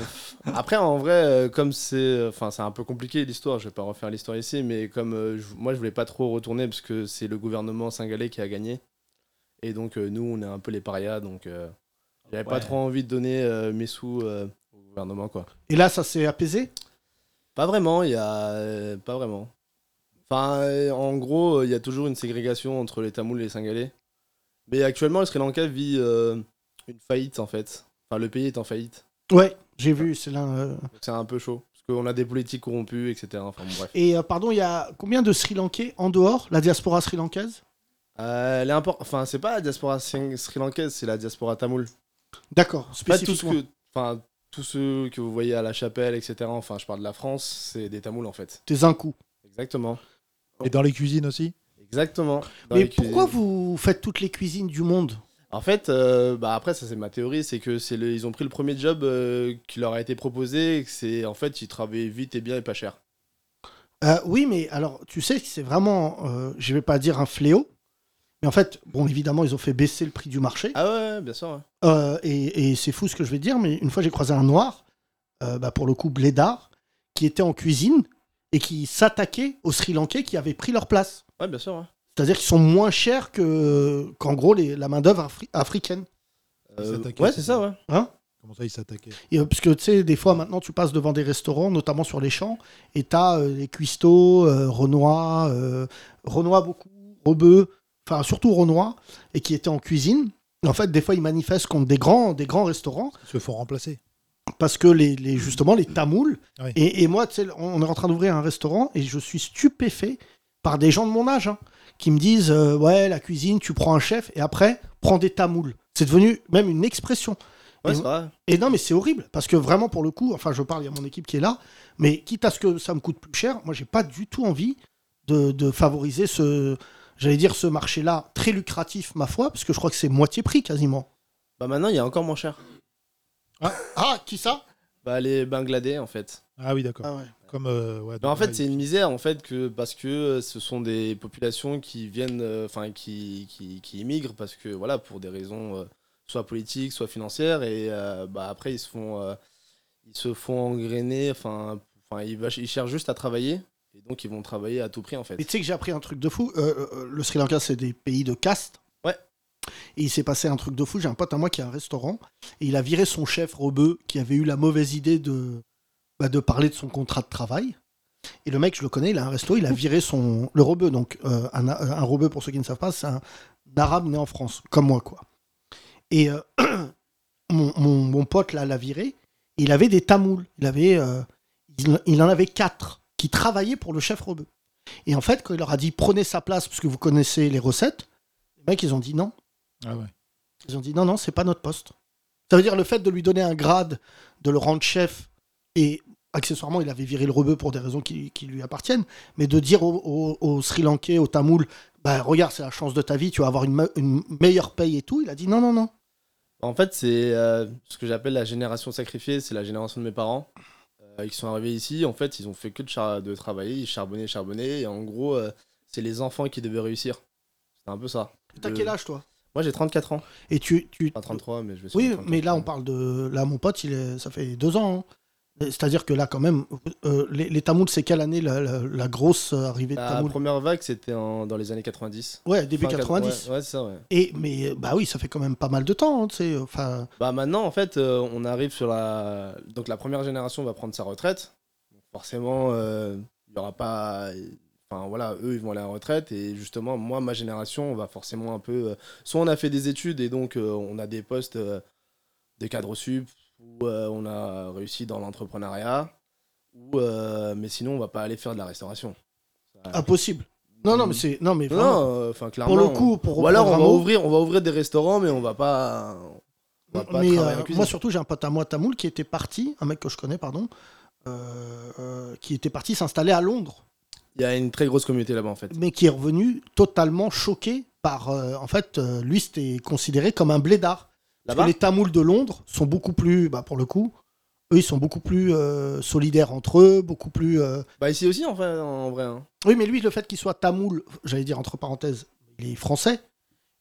après, en vrai, euh, comme c'est. Enfin, c'est un peu compliqué l'histoire, je vais pas refaire l'histoire ici, mais comme euh, je- moi, je voulais pas trop retourner parce que c'est le gouvernement singalais qui a gagné. Et donc, euh, nous, on est un peu les parias, donc. euh, J'avais pas Ouais. trop envie de donner euh, mes sous euh, au gouvernement, quoi. Et là, ça s'est apaisé Pas vraiment, il y a. euh, Pas vraiment. Enfin, euh, en gros, euh, il y a toujours une ségrégation entre les Tamouls et les Singalais. Mais actuellement, le Sri Lanka vit euh, une faillite, en fait. Enfin, le pays est en faillite. Ouais, j'ai vu, c'est là. euh, Donc, c'est un peu chaud. Parce qu'on a des politiques corrompues, etc. Enfin, bon, bref. Et euh, pardon, il y a combien de Sri Lankais en dehors, la diaspora sri lankaise Euh, elle est impor- Enfin, c'est pas la diaspora sing- sri-lankaise, c'est la diaspora tamoule. D'accord, Pas tout ce spécifiquement. que. Enfin, tous ceux que vous voyez à la chapelle, etc. Enfin, je parle de la France, c'est des Tamouls, en fait. T'es un coup. Exactement. Et dans les cuisines aussi Exactement. Dans Mais les cuisines. pourquoi vous faites toutes les cuisines du monde En fait, euh, bah après, ça c'est ma théorie, c'est que c'est le- ils ont pris le premier job euh, qui leur a été proposé, et que c'est en fait ils travaillaient vite et bien et pas cher. Euh, Oui, mais alors, tu sais que c'est vraiment, euh, je vais pas dire un fléau, mais en fait, bon, évidemment, ils ont fait baisser le prix du marché. Ah ouais, ouais, bien sûr. ouais. Euh, et et c'est fou ce que je vais dire, mais une fois j'ai croisé un noir, euh, bah, pour le coup blédard, qui était en cuisine et qui s'attaquait aux Sri Lankais qui avaient pris leur place. Ouais, bien sûr. hein. ouais. C'est-à-dire qu'ils sont moins chers que qu'en gros les- la main-d'œuvre afri- africaine. Euh, s'attaquaient, ouais, c'est c'est ça, ouais. Hein Comment ça, ils s'attaquaient Et, euh, parce que tu sais, des fois maintenant tu passes devant des restaurants, notamment sur les champs, et t'as euh, les cuistots, euh, Renoir, euh, Renoir beaucoup, Rebeu, enfin surtout Renoir, et qui étaient en cuisine. Et En fait, des fois ils manifestent contre des grands, des grands restaurants. Ils se font remplacer. parce que les, les- justement les tamouls. Oui. Et, et moi, tu sais, on on est en train d'ouvrir un restaurant et je suis stupéfait par des gens de mon âge hein, qui me disent euh, ouais la cuisine, tu prends un chef et après prends des tamouls. C'est devenu même une expression. Ouais, Et- c'est vrai. Et non, mais c'est horrible parce que vraiment pour le coup, enfin je parle, il y a mon équipe qui est là, mais quitte à ce que ça me coûte plus cher, moi j'ai pas du tout envie de, de favoriser ce, j'allais dire ce marché-là très lucratif ma foi, parce que je crois que c'est moitié prix quasiment. Bah maintenant, il y a encore moins cher. Ah qui ça Bah les Bangladais, en fait. Ah oui, d'accord. Ah ouais. Comme. euh, ouais, Mais en fait, Dubaï. c'est une misère, en fait, que parce que euh, ce sont des populations qui viennent, euh, enfin, qui, qui, qui immigrent parce que voilà, pour des raisons euh, soit politiques, soit financières, et euh, bah après ils se font, euh, ils se font engrainer, enfin, enfin, ils, va- ils cherchent juste à travailler, et donc ils vont travailler à tout prix, en fait. Mais tu sais que j'ai appris un truc de fou. Euh, euh, le Sri Lanka, c'est des pays de caste. Ouais. Et il s'est passé un truc de fou. J'ai un pote à moi qui a un restaurant et il a viré son chef Rebeu qui avait eu la mauvaise idée de, bah, de parler de son contrat de travail. Et le mec, je le connais, il a un resto, il a viré son. Le Rebeu, donc euh, un, un Rebeu, pour ceux qui ne savent pas, c'est un, arabe né en France, comme moi, quoi. Et euh, mon, mon- mon pote, là, l'a viré. Il avait des tamouls. Il, avait, euh, il, il en avait quatre qui travaillaient pour le chef Rebeu. Et en fait, quand il leur a dit prenez sa place parce que vous connaissez les recettes, les mecs, ils ont dit non. Ah ouais. Ils ont dit non, non, c'est pas notre poste. Ça veut dire le fait de lui donner un grade, de le rendre chef, et accessoirement, il avait viré le rebeu pour des raisons qui, qui lui appartiennent, mais de dire aux, aux- aux Sri Lankais, aux Tamouls, bah, regarde, c'est la chance de ta vie, tu vas avoir une, me- une meilleure paye et tout, il a dit non, non, non. En fait, c'est euh, ce que j'appelle la génération sacrifiée, c'est la génération de mes parents. Euh, ils sont arrivés ici, en fait, ils ont fait que de, char- de travailler, ils charbonnaient, charbonnaient, et en gros, euh, c'est les enfants qui devaient réussir. C'est un peu ça. T'as Le- quel âge, toi Moi, j'ai 34 ans. Et tu. tu... Enfin, 33, mais je vais sur Oui, les 34, mais là, on ouais. parle de. Là, mon pote, il est... ça fait deux ans. hein. C'est-à-dire que là, quand même, euh, les, les Tamouls, c'est quelle année la, la- la grosse arrivée de La Tamouls première vague, c'était en- dans les années 90. Ouais, début Fin 90. Ouais, ouais, c'est ça, ouais. Et mais euh, bah oui, ça fait quand même pas mal de temps, hein, tu sais. Enfin, Bah, maintenant, en fait, euh, on arrive sur la. Donc, la première génération va prendre sa retraite. Donc, forcément, euh, il y aura pas. Enfin, voilà, eux, ils vont aller à la retraite. Et justement, moi, ma génération, on va forcément un peu. euh, Soit on a fait des études et donc euh, on a des postes euh, de cadre sup, ou euh, on a réussi dans l'entrepreneuriat. Ou, euh, mais sinon, on va pas aller faire de la restauration. Ah, Ça- impossible. Non, non, mais c'est non, mais vraiment, Ah. Mm. Non, euh, enfin, clairement. pour le on- coup, pour Ou alors on va reprendre un mot, ouvrir, on va ouvrir des restaurants, mais on va pas. On va pas mais travailler euh, en cuisine. moi surtout, j'ai un pote à moi tamoul qui était parti, un mec que je connais, pardon, euh, euh, qui était parti s'installer à Londres, Il y a une très grosse communauté là-bas en fait. mais qui est revenu totalement choqué par, euh, en fait, euh, lui c'était considéré comme un blédard. Parce que Là-bas les Tamouls de Londres sont beaucoup plus, bah, pour le coup, eux ils sont beaucoup plus euh, solidaires entre eux, beaucoup plus. euh, Bah ici aussi en fait, en vrai. hein. Oui, mais lui, le fait qu'il soit tamoul, j'allais dire entre parenthèses, il est français.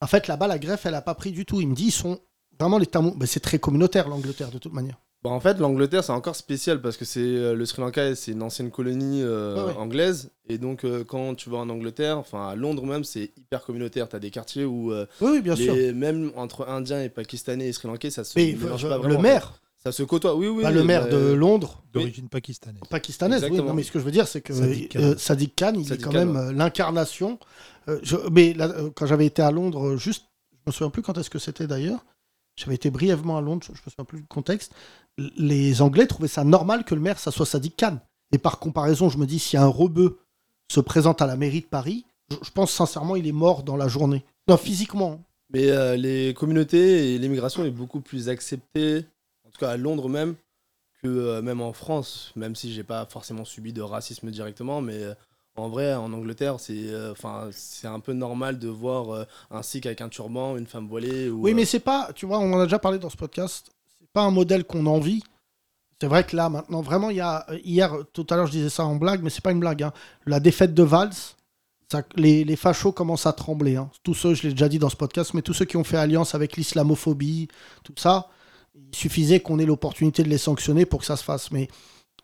En fait, là-bas, la greffe, elle a pas pris du tout. Il me dit, ils sont vraiment les tamouls. Mais c'est très communautaire, l'Angleterre, de toute manière. Bah, en fait, l'Angleterre c'est encore spécial parce que c'est euh, le Sri Lanka, c'est une ancienne colonie euh, Ouais, ouais. anglaise et donc euh, quand tu vas en Angleterre, enfin à Londres même, c'est hyper communautaire. T'as des quartiers où euh, Oui, oui, bien sûr. les- même entre Indiens et Pakistanais et Sri Lankais, ça se Mais mélange euh, pas le vraiment, en fait. maire, ça se côtoie. Oui, oui. bah, le maire mais- euh, de Londres, D'origine pakistanaise. pakistanaise, oui, Exactement. non, mais ce que je veux dire, c'est que Sadiq Khan. euh, Sadiq Khan, il Sadiq est quand Khan, même ouais. euh, l'incarnation. Euh, je- mais là, euh, quand j'avais été à Londres, euh, juste, je me souviens plus quand est-ce que c'était d'ailleurs. J'avais été brièvement à Londres, je me souviens plus du contexte. L- Les Anglais trouvaient ça normal que le maire, ça soit Sadiq Khan. Et par comparaison, je me dis, si un rebeu se présente à la mairie de Paris, je, je pense sincèrement, il est mort dans la journée. Non, physiquement. hein. Mais euh, les communautés et l'immigration est beaucoup plus acceptée, en tout cas à Londres même, que euh, même en France, même si j'ai pas forcément subi de racisme directement, mais euh, En vrai, en Angleterre, c'est euh, enfin, c'est un peu normal de voir euh, un sikh avec un turban, une femme voilée. Ou, Oui, mais euh, c'est pas, tu vois, on en a déjà parlé dans ce podcast, c'est pas un modèle qu'on envie. C'est vrai que là, maintenant, vraiment, il y a, hier, tout à l'heure, je disais ça en blague, mais c'est pas une blague. hein. La défaite de Valls, ça- les, les fachos commencent à trembler. hein. Tous ceux, je l'ai déjà dit dans ce podcast, mais tous ceux qui ont fait alliance avec l'islamophobie, tout ça, il suffisait qu'on ait l'opportunité de les sanctionner pour que ça se fasse. Mais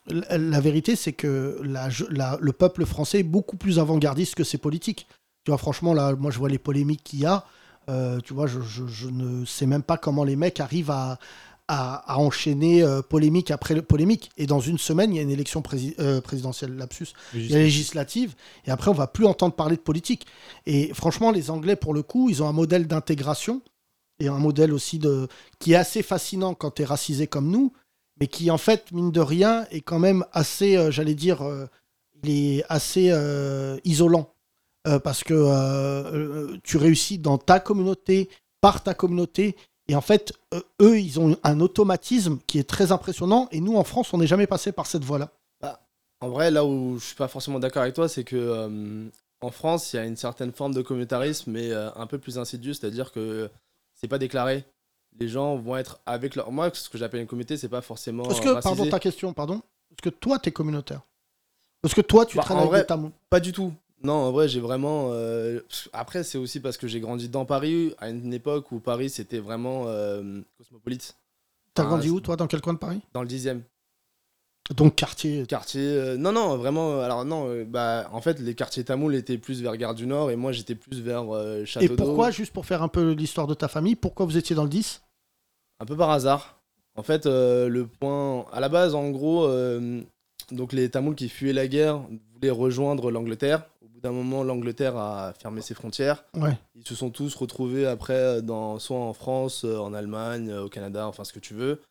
l- la vérité, c'est que la je- la- le peuple français est beaucoup plus avant-gardiste que ses politiques. Tu vois, franchement, là, moi, je vois les polémiques qu'il y a. Euh, tu vois, je, je- je ne sais même pas comment les mecs arrivent à, à- à enchaîner euh, polémique après le- polémique. Et dans une semaine, il y a une élection prési- euh, présidentielle, lapsus, il y a législative, et après, on va plus entendre parler de politique. Et franchement, les Anglais, pour le coup, ils ont un modèle d'intégration et un modèle aussi de qui est assez fascinant quand tu es racisé comme nous, mais qui en fait, mine de rien, est quand même assez, euh, j'allais dire, euh, il est assez euh, isolant. Euh, parce que euh, euh, tu réussis dans ta communauté, par ta communauté, et en fait, euh, eux, ils ont un automatisme qui est très impressionnant, et nous, en France, on n'est jamais passé par cette voie-là. euh, En vrai, là où je suis pas forcément d'accord avec toi, c'est que euh, en France, il y a une certaine forme de communautarisme, mais euh, un peu plus insidieux, c'est-à-dire que c'est pas déclaré. Les gens vont être avec leur. Moi, ce que j'appelle une communauté, c'est pas forcément. Parce euh, que, racisé. pardon, ta question, pardon, parce que toi, t'es communautaire. Parce que toi, tu Bah, traînes en avec vrai, des Tamouls. Pas du tout. Non, en vrai, j'ai vraiment. euh, pff, Après, c'est aussi parce que j'ai grandi dans Paris, à une époque où Paris, c'était vraiment euh, cosmopolite. T'as Ah, grandi c'est- où, toi, dans quel coin de Paris Dans le 10 Donc, quartier. Quartier. euh, non, non, vraiment. euh, Alors, non, euh, bah, en fait, les quartiers tamouls étaient plus vers Gare du Nord et moi, j'étais plus vers euh, Et Château d'Eau. pourquoi, juste pour faire un peu l'histoire de ta famille, pourquoi vous étiez dans le 10 Un peu par hasard. En fait, euh, le point. À la base, en gros, euh, donc les Tamouls qui fuyaient la guerre voulaient rejoindre l'Angleterre. Au bout d'un moment, l'Angleterre a fermé ses frontières. Ouais. Ils se sont tous retrouvés après, euh, dans, soit en France, euh, en Allemagne, euh, au Canada, enfin ce que tu veux.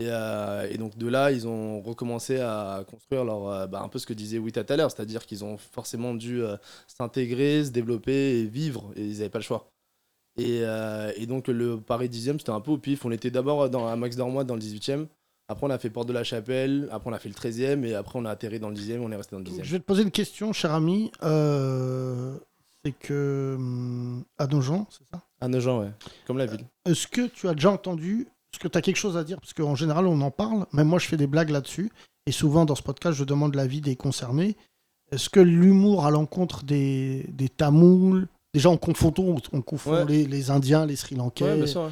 Et, euh, et donc de là, ils ont recommencé à construire leur, euh, bah, un peu ce que disait Wita tout à l'heure, c'est-à-dire qu'ils ont forcément dû euh, s'intégrer, se développer et vivre, et ils n'avaient pas le choix. Et, euh, et donc le Paris 10e, c'était un peu au pif. On était d'abord dans- à Max Dormois dans le 18e, après on a fait Porte de la Chapelle, après on a fait le 13e, et après on a atterri dans le 10e, on est resté dans le 10e. Je vais te poser une question, cher ami. euh, c'est que. hum, À Nogent, c'est ça À Nogent, ouais, comme la ville. Est-ce que tu as déjà entendu, est-ce que tu as quelque chose à dire Parce qu'en général, on en parle, même moi je fais des blagues là-dessus, et souvent dans ce podcast, je demande l'avis des concernés. Est-ce que l'humour à l'encontre des, des Tamouls, déjà on confond, tout, on confond Ouais. les, les Indiens, les Sri Lankais, Ouais, bien sûr, ouais.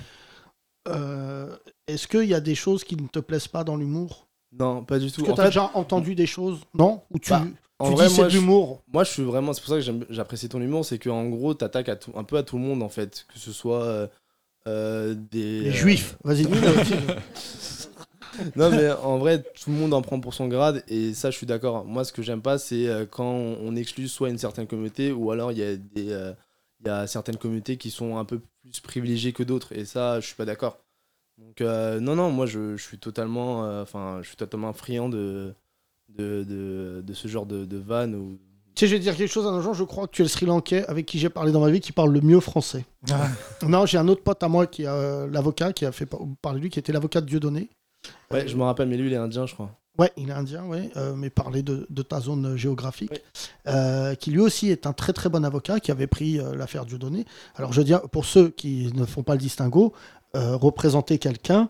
euh, est-ce qu'il y a des choses qui ne te plaisent pas dans l'humour Non, pas du Est-ce tout. que En tu as fait- déjà entendu des choses Non Ou tu, Bah, tu dis c'est moi, de je- l'humour Moi, je suis vraiment. C'est pour ça que j'aime- j'apprécie ton humour, c'est qu'en gros, t'attaques à tout- un peu à tout le monde, en fait. Que ce soit euh, euh, des. Les euh, juifs, vas-y, dis non, mais en vrai, tout le monde en prend pour son grade, et ça, je suis d'accord. Moi, ce que j'aime pas, c'est euh, quand on, on exclut soit une certaine communauté, ou alors il y a des. euh, il y a certaines communautés qui sont un peu plus privilégiées que d'autres, et ça, je suis pas d'accord. Donc, euh, non, non, moi, je, je suis totalement. euh, Enfin, je suis totalement friand de. De, de, de ce genre de, de van ou Tu sais, je vais dire quelque chose à nos gens. Je crois que tu es le Sri Lankais avec qui j'ai parlé dans ma vie qui parle le mieux français. Ah. Non, j'ai un autre pote à moi qui est euh, l'avocat, qui a fait par- parler de lui, qui était l'avocat de Dieudonné. Ouais, je me rappelle, mais lui, il est indien, je crois. Ouais, il est indien, ouais, euh, mais parler de, de ta zone géographique, euh, qui lui aussi est un très très bon avocat, qui avait pris euh, l'affaire Dieudonné. Alors je veux dire, pour ceux qui ne font pas le distinguo, euh, représenter quelqu'un,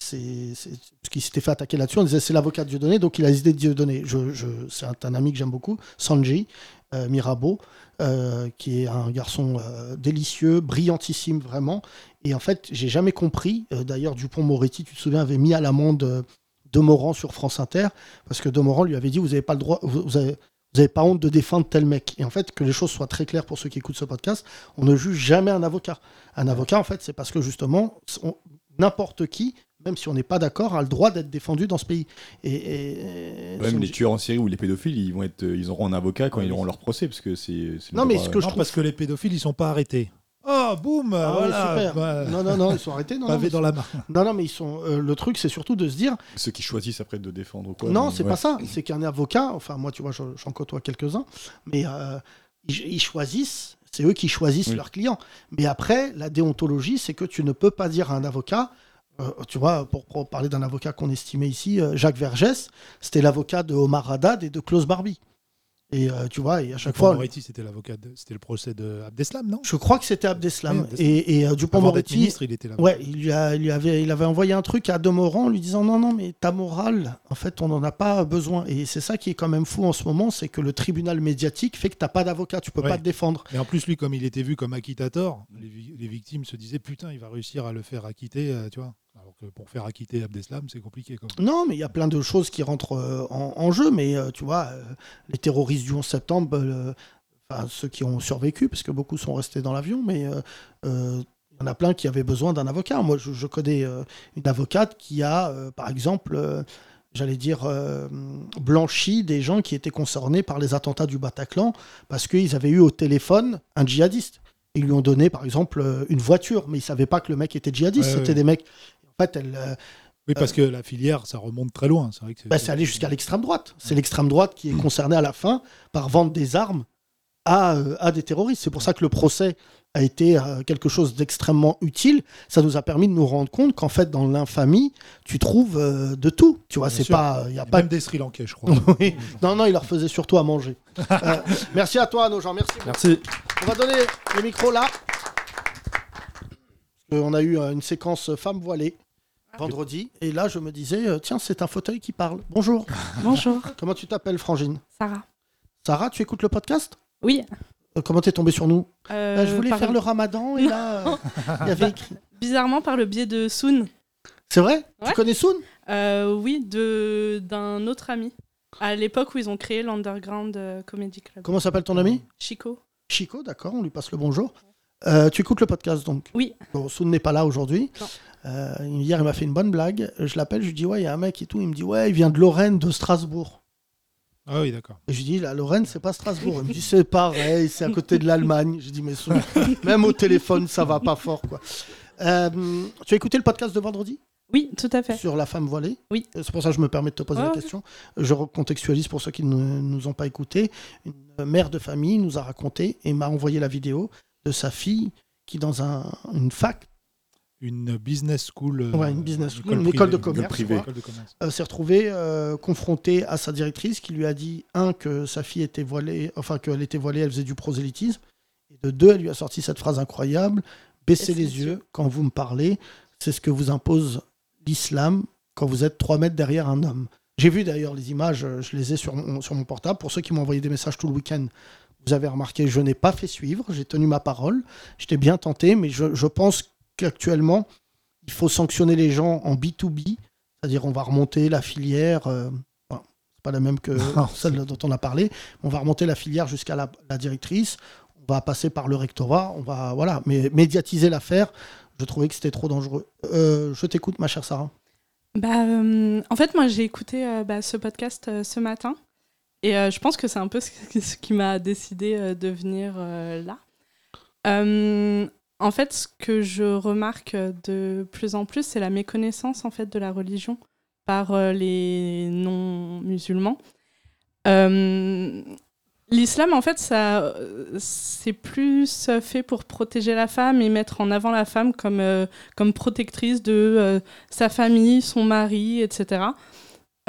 c'est c'est- parce qu'il s'était fait attaquer là-dessus, on disait c'est l'avocat de Dieudonné, donc il a hésité de Dieudonné. Je, je, c'est un, un ami que j'aime beaucoup, Sanji euh, Mirabeau, euh, qui est un garçon euh, délicieux, brillantissime vraiment. Et en fait, j'ai jamais compris. euh, D'ailleurs, Dupont-Moretti, tu te souviens, avait mis à l'amende euh, Demorand sur France Inter, parce que Demorand lui avait dit Vous n'avez pas le droit, vous, vous avez, vous avez pas honte de défendre tel mec. Et en fait, que les choses soient très claires pour ceux qui écoutent ce podcast, on ne juge jamais un avocat. Un avocat, en fait, c'est parce que justement, on- n'importe qui, même si on n'est pas d'accord, a le droit d'être défendu dans ce pays. Et, et- et- Même les tueurs en série ou les pédophiles, ils, vont être, euh, ils auront un avocat quand ils auront leur procès, parce que c'est. c'est le Non, mais droit- ce que je Non, trouve- parce que les pédophiles, ils sont pas arrêtés. Oh, boum Ah ouais, voilà, super. bah, Non, non, non, ils sont arrêtés. Non, non, Pavé mais, dans la main. non, non, mais ils sont. euh, le truc, c'est surtout de se dire Ceux qui choisissent après de défendre ou quoi. non, donc, c'est ouais. pas ça. C'est qu'un avocat, enfin, moi, tu vois, je- j'en côtoie quelques-uns, mais euh, ils, ils choisissent, c'est eux qui choisissent Oui. leurs clients. Mais après, la déontologie, c'est que tu ne peux pas dire à un avocat, euh, tu vois, pour, pour parler d'un avocat qu'on estimait ici, euh, Jacques Vergès, c'était l'avocat de Omar Haddad et de Klaus Barbie. Et euh, tu vois, et à chaque Dupont fois. Moretti, c'était l'avocat, de- c'était le procès de Abdeslam, non Je crois que c'était Abdeslam. Oui, Abdeslam. et et euh, Avant d'être Dupont-Moretti. ministre, il était là-bas. Ouais, il, lui a- il lui avait, il avait envoyé un truc à Demoran en lui disant non, non, mais ta morale, en fait, on n'en a pas besoin. Et c'est ça qui est quand même fou en ce moment, c'est que le tribunal médiatique fait que t'as pas d'avocat, tu peux Ouais. pas te défendre. Mais en plus, lui, comme il était vu comme acquittateur, les, vi- les victimes se disaient Putain, il va réussir à le faire acquitter, euh, tu vois. Alors que pour faire acquitter Abdeslam, c'est compliqué. Quoi. Non, mais il y a plein de choses qui rentrent euh, en, en jeu, mais euh, tu vois, euh, les terroristes du 11 septembre, euh, enfin, ceux qui ont survécu, parce que beaucoup sont restés dans l'avion, mais euh, euh, il y en a plein qui avaient besoin d'un avocat. Moi, je, je connais euh, une avocate qui a, euh, par exemple, euh, j'allais dire, euh, blanchi des gens qui étaient concernés par les attentats du Bataclan, parce qu'ils avaient eu au téléphone un djihadiste. Ils lui ont donné, par exemple, euh, une voiture, mais ils ne savaient pas que le mec était djihadiste. Ouais, C'était ouais. des mecs. En fait, elle. euh, Oui, parce que la filière, ça remonte très loin. C'est vrai que c'est. bah, c'est aller jusqu'à l'extrême droite. C'est l'extrême droite qui est Mm. concernée à la fin par vendre des armes à, euh, à des terroristes. C'est pour ça que le procès a été euh, quelque chose d'extrêmement utile. Ça nous a permis de nous rendre compte qu'en fait, dans l'infamie, tu trouves euh, de tout. Tu vois, Bien c'est sûr. pas, il y a Et pas Même des Sri Lankais, je crois. Oui. Non, non, il leur faisait surtout à manger. Euh, merci à toi, Anno Jean. Merci. Merci. On va donner le micro là. Euh, On a eu euh, une séquence femme voilée vendredi. Et là, je me disais, euh, tiens, c'est un fauteuil qui parle. Bonjour. Bonjour. Comment tu t'appelles, Frangine Sarah. Sarah, tu écoutes le podcast Oui. Euh, Comment t'es tombée sur nous Euh, Euh, Je voulais par- faire le ramadan et là, euh, il y avait écrit. Bizarrement, par le biais de Soon. C'est vrai Ouais. Tu connais Soon Euh, oui, de d'un autre ami. À l'époque où ils ont créé l'Underground euh, Comedy Club. Comment s'appelle ton ami Chico. Chico, d'accord, on lui passe le bonjour. Euh, tu écoutes le podcast donc Oui. Bon, Soun n'est pas là aujourd'hui. Non. Euh, hier, il m'a fait une bonne blague. Je l'appelle, je lui dis Ouais, il y a un mec et tout. Il me dit Ouais, il vient de Lorraine, de Strasbourg. Ah oui, d'accord. Et je lui dis La Lorraine, c'est pas Strasbourg. Il me dit C'est pareil, c'est à côté de l'Allemagne. Je dis Mais Soun, même au téléphone, ça va pas fort, quoi. Euh, tu as écouté le podcast de vendredi Oui, tout à fait. sur la femme voilée. Oui. Oh. Euh, C'est pour ça que je me permets de te poser la Ouais. question. Je recontextualise pour ceux qui ne nous ont pas écoutés. Une mère de famille nous a raconté et m'a envoyé la vidéo de sa fille qui, dans un, une fac, Une business school. euh, ouais, une business school, une privée. école de commerce, quoi, École de commerce. euh, s'est retrouvée euh, confrontée à sa directrice qui lui a dit, un, que sa fille était voilée, enfin qu'elle était voilée, elle faisait du prosélytisme. Et de deux, elle lui a sorti cette phrase incroyable Baissez les yeux quand vous me parlez, c'est ce que vous impose l'islam quand vous êtes 3 mètres derrière un homme. J'ai vu d'ailleurs les images, euh, je les ai sur mon, sur mon portable. Pour ceux qui m'ont envoyé des messages tout le week-end, vous avez remarqué, je n'ai pas fait suivre, j'ai tenu ma parole, j'étais bien tenté, mais je, je pense qu'actuellement, il faut sanctionner les gens en B2B, c'est-à-dire on va remonter la filière, euh, enfin, c'est pas la même que celle dont on a parlé, on va remonter la filière jusqu'à la, la directrice, on va passer par le rectorat, on va, voilà, mais médiatiser l'affaire, je trouvais que c'était trop dangereux. Euh, je t'écoute, ma chère Sarah. Bah, euh, en fait, moi, j'ai écouté euh, bah, ce podcast euh, ce matin et euh, je pense que c'est un peu ce, qui- ce qui m'a décidé euh, de venir euh, là. Euh, en fait, ce que je remarque euh, de plus en plus, c'est la méconnaissance en fait de la religion par euh, les non-musulmans. Euh, L'islam, en fait, ça, euh, c'est plus euh, fait pour protéger la femme et mettre en avant la femme comme, euh, comme protectrice de euh, sa famille, son mari, etc.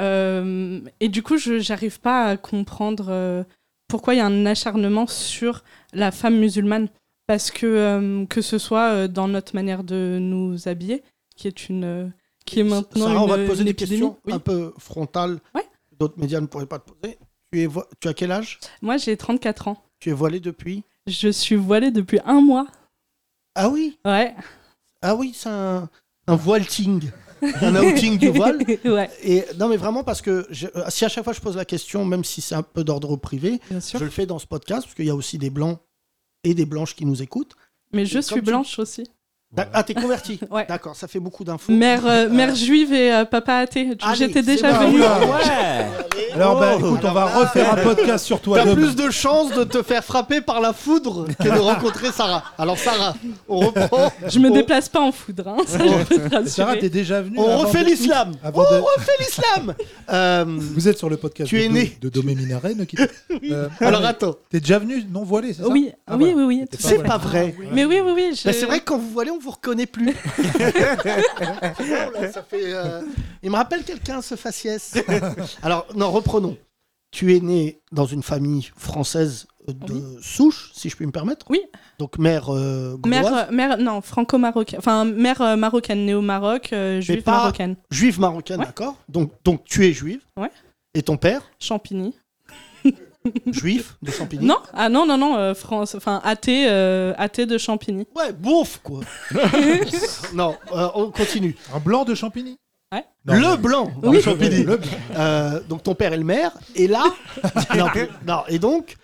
Euh, et du coup, je n'arrive pas à comprendre euh, pourquoi il y a un acharnement sur la femme musulmane. Parce que, euh, que ce soit euh, dans notre manière de nous habiller, qui est une. euh, qui est maintenant. Sarah, on va une- te poser une des épidémie. questions Oui. un peu frontales. Ouais. D'autres médias ne pourraient pas te poser. Tu, es vo- tu as quel âge Moi, j'ai 34 ans. Tu es voilé depuis Je suis voilée depuis un mois. Ah oui Ouais. Ah oui, c'est un, un voilting. un outing du voile. ouais, Et non, mais vraiment, parce que je- euh, si à chaque fois je pose la question, même si c'est un peu d'ordre privé, bien sûr. je le fais dans ce podcast, parce qu'il y a aussi des blancs et des blanches qui nous écoutent. Mais je Comme suis tu- blanche aussi. D'ac- Ah, t'es converti Ouais. D'accord, ça fait beaucoup d'infos. Mère, euh, mère juive et euh, papa athée. Tu- Allez, J'étais c'est déjà bon. venue. Ouais. Ah, Alors, bah, écoute, on va refaire un podcast sur toi Oh, T'as demain. plus de chances de te faire frapper par la foudre que de rencontrer Sarah. Alors Sarah, on reprend. Je me on- déplace pas en foudre. hein, ça, je peux te Sarah, rassurer. t'es déjà venu. On refait l'islam. Avant de- Fais l'islam. Euh, Vous êtes sur le podcast Tu es de, né. de Domé Minaret. ne quitte- Euh, Alors ah, attends. T'es déjà venu non voilé, c'est ça Oui, Ah, oui, voilà. oui, oui, T'étais tout à pas Ah, fait. C'est pas vrai. Mais oui, oui, oui. je- Bah, c'est vrai que quand vous voilez, on vous reconnaît plus. Oh là, ça fait, euh, Il me rappelle quelqu'un, ce faciès. Alors, non, reprenons. tu es né dans une famille française de souche, si je puis me permettre. Oui. Donc mère euh, gauloise. Mère, euh, mère, non, franco-marocaine. Enfin, mère euh, marocaine, née au Maroc, euh, mais juive pas marocaine. Juive marocaine, d'accord. Donc, donc tu es juive. Ouais. Et ton père Champigny. Juif de Champigny Non, ah non, non, non, euh, France, enfin, athée, euh, athée de Champigny. Ouais, bouffe, quoi. non, euh, on continue. Un blanc de Champigny Ouais. Non, le mais- blanc, Oui. dans Champigny. Le blanc. Euh, donc ton père est le maire, et là, non, non, et donc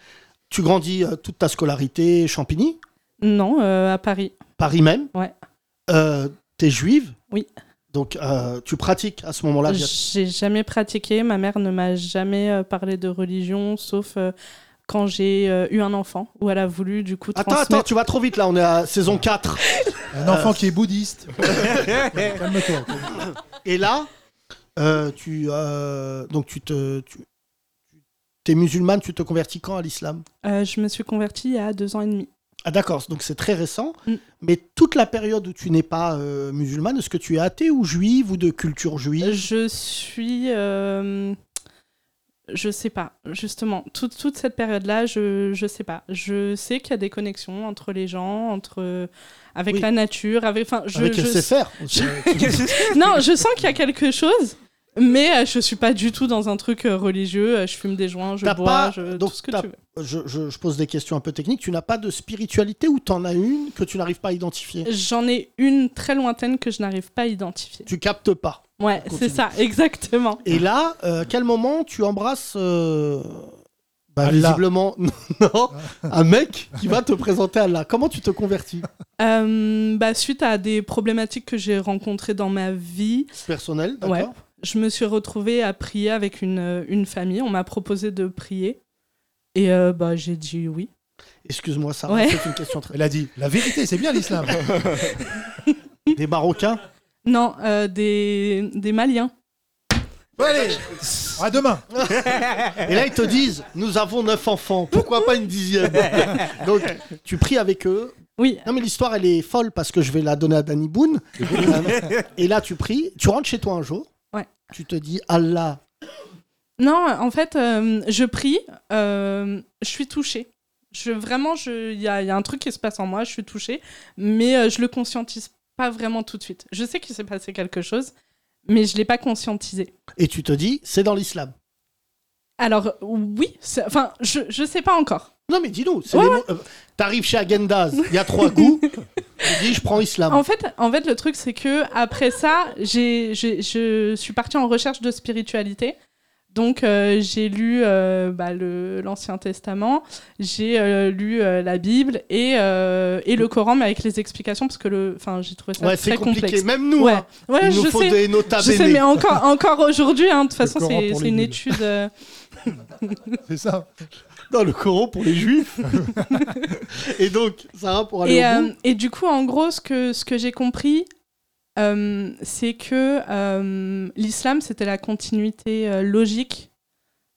tu grandis euh, toute ta scolarité Champigny, Non, euh, à Paris. Paris même. Ouais. Euh, T'es juive. Oui. Donc euh, tu pratiques à ce moment-là. via- J'ai jamais pratiqué, ma mère ne m'a jamais euh, parlé de religion, sauf euh, quand j'ai euh, eu un enfant, où elle a voulu du coup Attends, attends, tu vas trop vite là, on est à saison 4. Ah. Un enfant qui est bouddhiste. Calme-toi. Et là, euh, tu, euh, donc tu te, tu, es musulmane, tu te convertis quand à l'islam Euh, je me suis convertie il y a deux ans et demi. Ah d'accord, donc c'est très récent. Mm. Mais toute la période où tu n'es pas euh, musulmane, est-ce que tu es athée ou juive ou de culture juive Euh, Je suis. euh, je sais pas, justement. Toute, toute cette période-là, je, je sais pas. Je sais qu'il y a des connexions entre les gens, entre, euh, avec Oui. la nature. Avec, enfin, je, Avec je- SFR. Je- non, je sens qu'il y a quelque chose. Mais euh, je suis pas du tout dans un truc euh, religieux. Euh, Je fume des joints, je T'as bois, pas- je, donc tout ce que t'as- tu veux. je, je- je pose des questions un peu techniques. Tu n'as pas de spiritualité ou t'en as une que tu n'arrives pas à identifier J'en ai une très lointaine que je n'arrive pas à identifier. Tu captes pas. Ouais, On c'est continue. ça, exactement. Et là, euh, quel moment tu embrasses euh, bah, Allah. visiblement non, un mec qui va te présenter Allah Comment tu te convertis Euh, bah, suite à des problématiques que j'ai rencontrées dans ma vie, Personnel, d'accord ouais, je me suis retrouvée à prier avec une, euh, une famille. On m'a proposé de prier. Et euh, bah, j'ai dit oui. Excuse-moi, Sarah, Ouais. c'est une question très. Elle a dit la vérité, c'est bien l'islam. Des Marocains Non, euh, des, des Maliens. allez, à demain. Et là, ils te disent Nous avons neuf enfants, pourquoi pas une dixième Donc, tu pries avec eux. Oui. Non, mais l'histoire, elle est folle parce que je vais la donner à Danny Boone. Euh, et là, tu pries, tu rentres chez toi un jour, Ouais. tu te dis Allah. Non, en fait, euh, je prie, euh, je suis touchée. Je, vraiment, je- il y a, il y a un truc qui se passe en moi, je suis touchée, mais euh, je le conscientise pas vraiment tout de suite. Je sais qu'il s'est passé quelque chose, mais je l'ai pas conscientisé. Et tu te dis C'est dans l'islam. Alors, oui, c'est- enfin, je, je sais pas encore. Non, mais dis-nous, c'est Ouais, les ouais. mots- euh, T'arrives chez Agendaz, il y a trois goûts, tu dis Je prends islam. En fait, en fait, le truc, c'est que après ça, j'ai, j'ai- je suis partie en recherche de spiritualité. Donc, euh, j'ai lu euh, bah, le, l'Ancien Testament, j'ai euh, lu euh, la Bible et, euh, et le Coran, mais avec les explications, parce que le, enfin, j'ai trouvé ça Ouais, c'est très compliqué, complexe. même nous, Ouais. hein. Ouais, Il nous je faut sais. des nota Je sais, bene. mais encore, encore aujourd'hui, hein, de toute Le façon, Coran c'est, pour c'est les une nuls. étude. euh, C'est ça. Dans le Coran pour les juifs. et donc, Sarah, pour aller et, au euh, bout. et du coup, en gros, ce que, ce que j'ai compris, euh, c'est que euh, l'islam, c'était la continuité euh, logique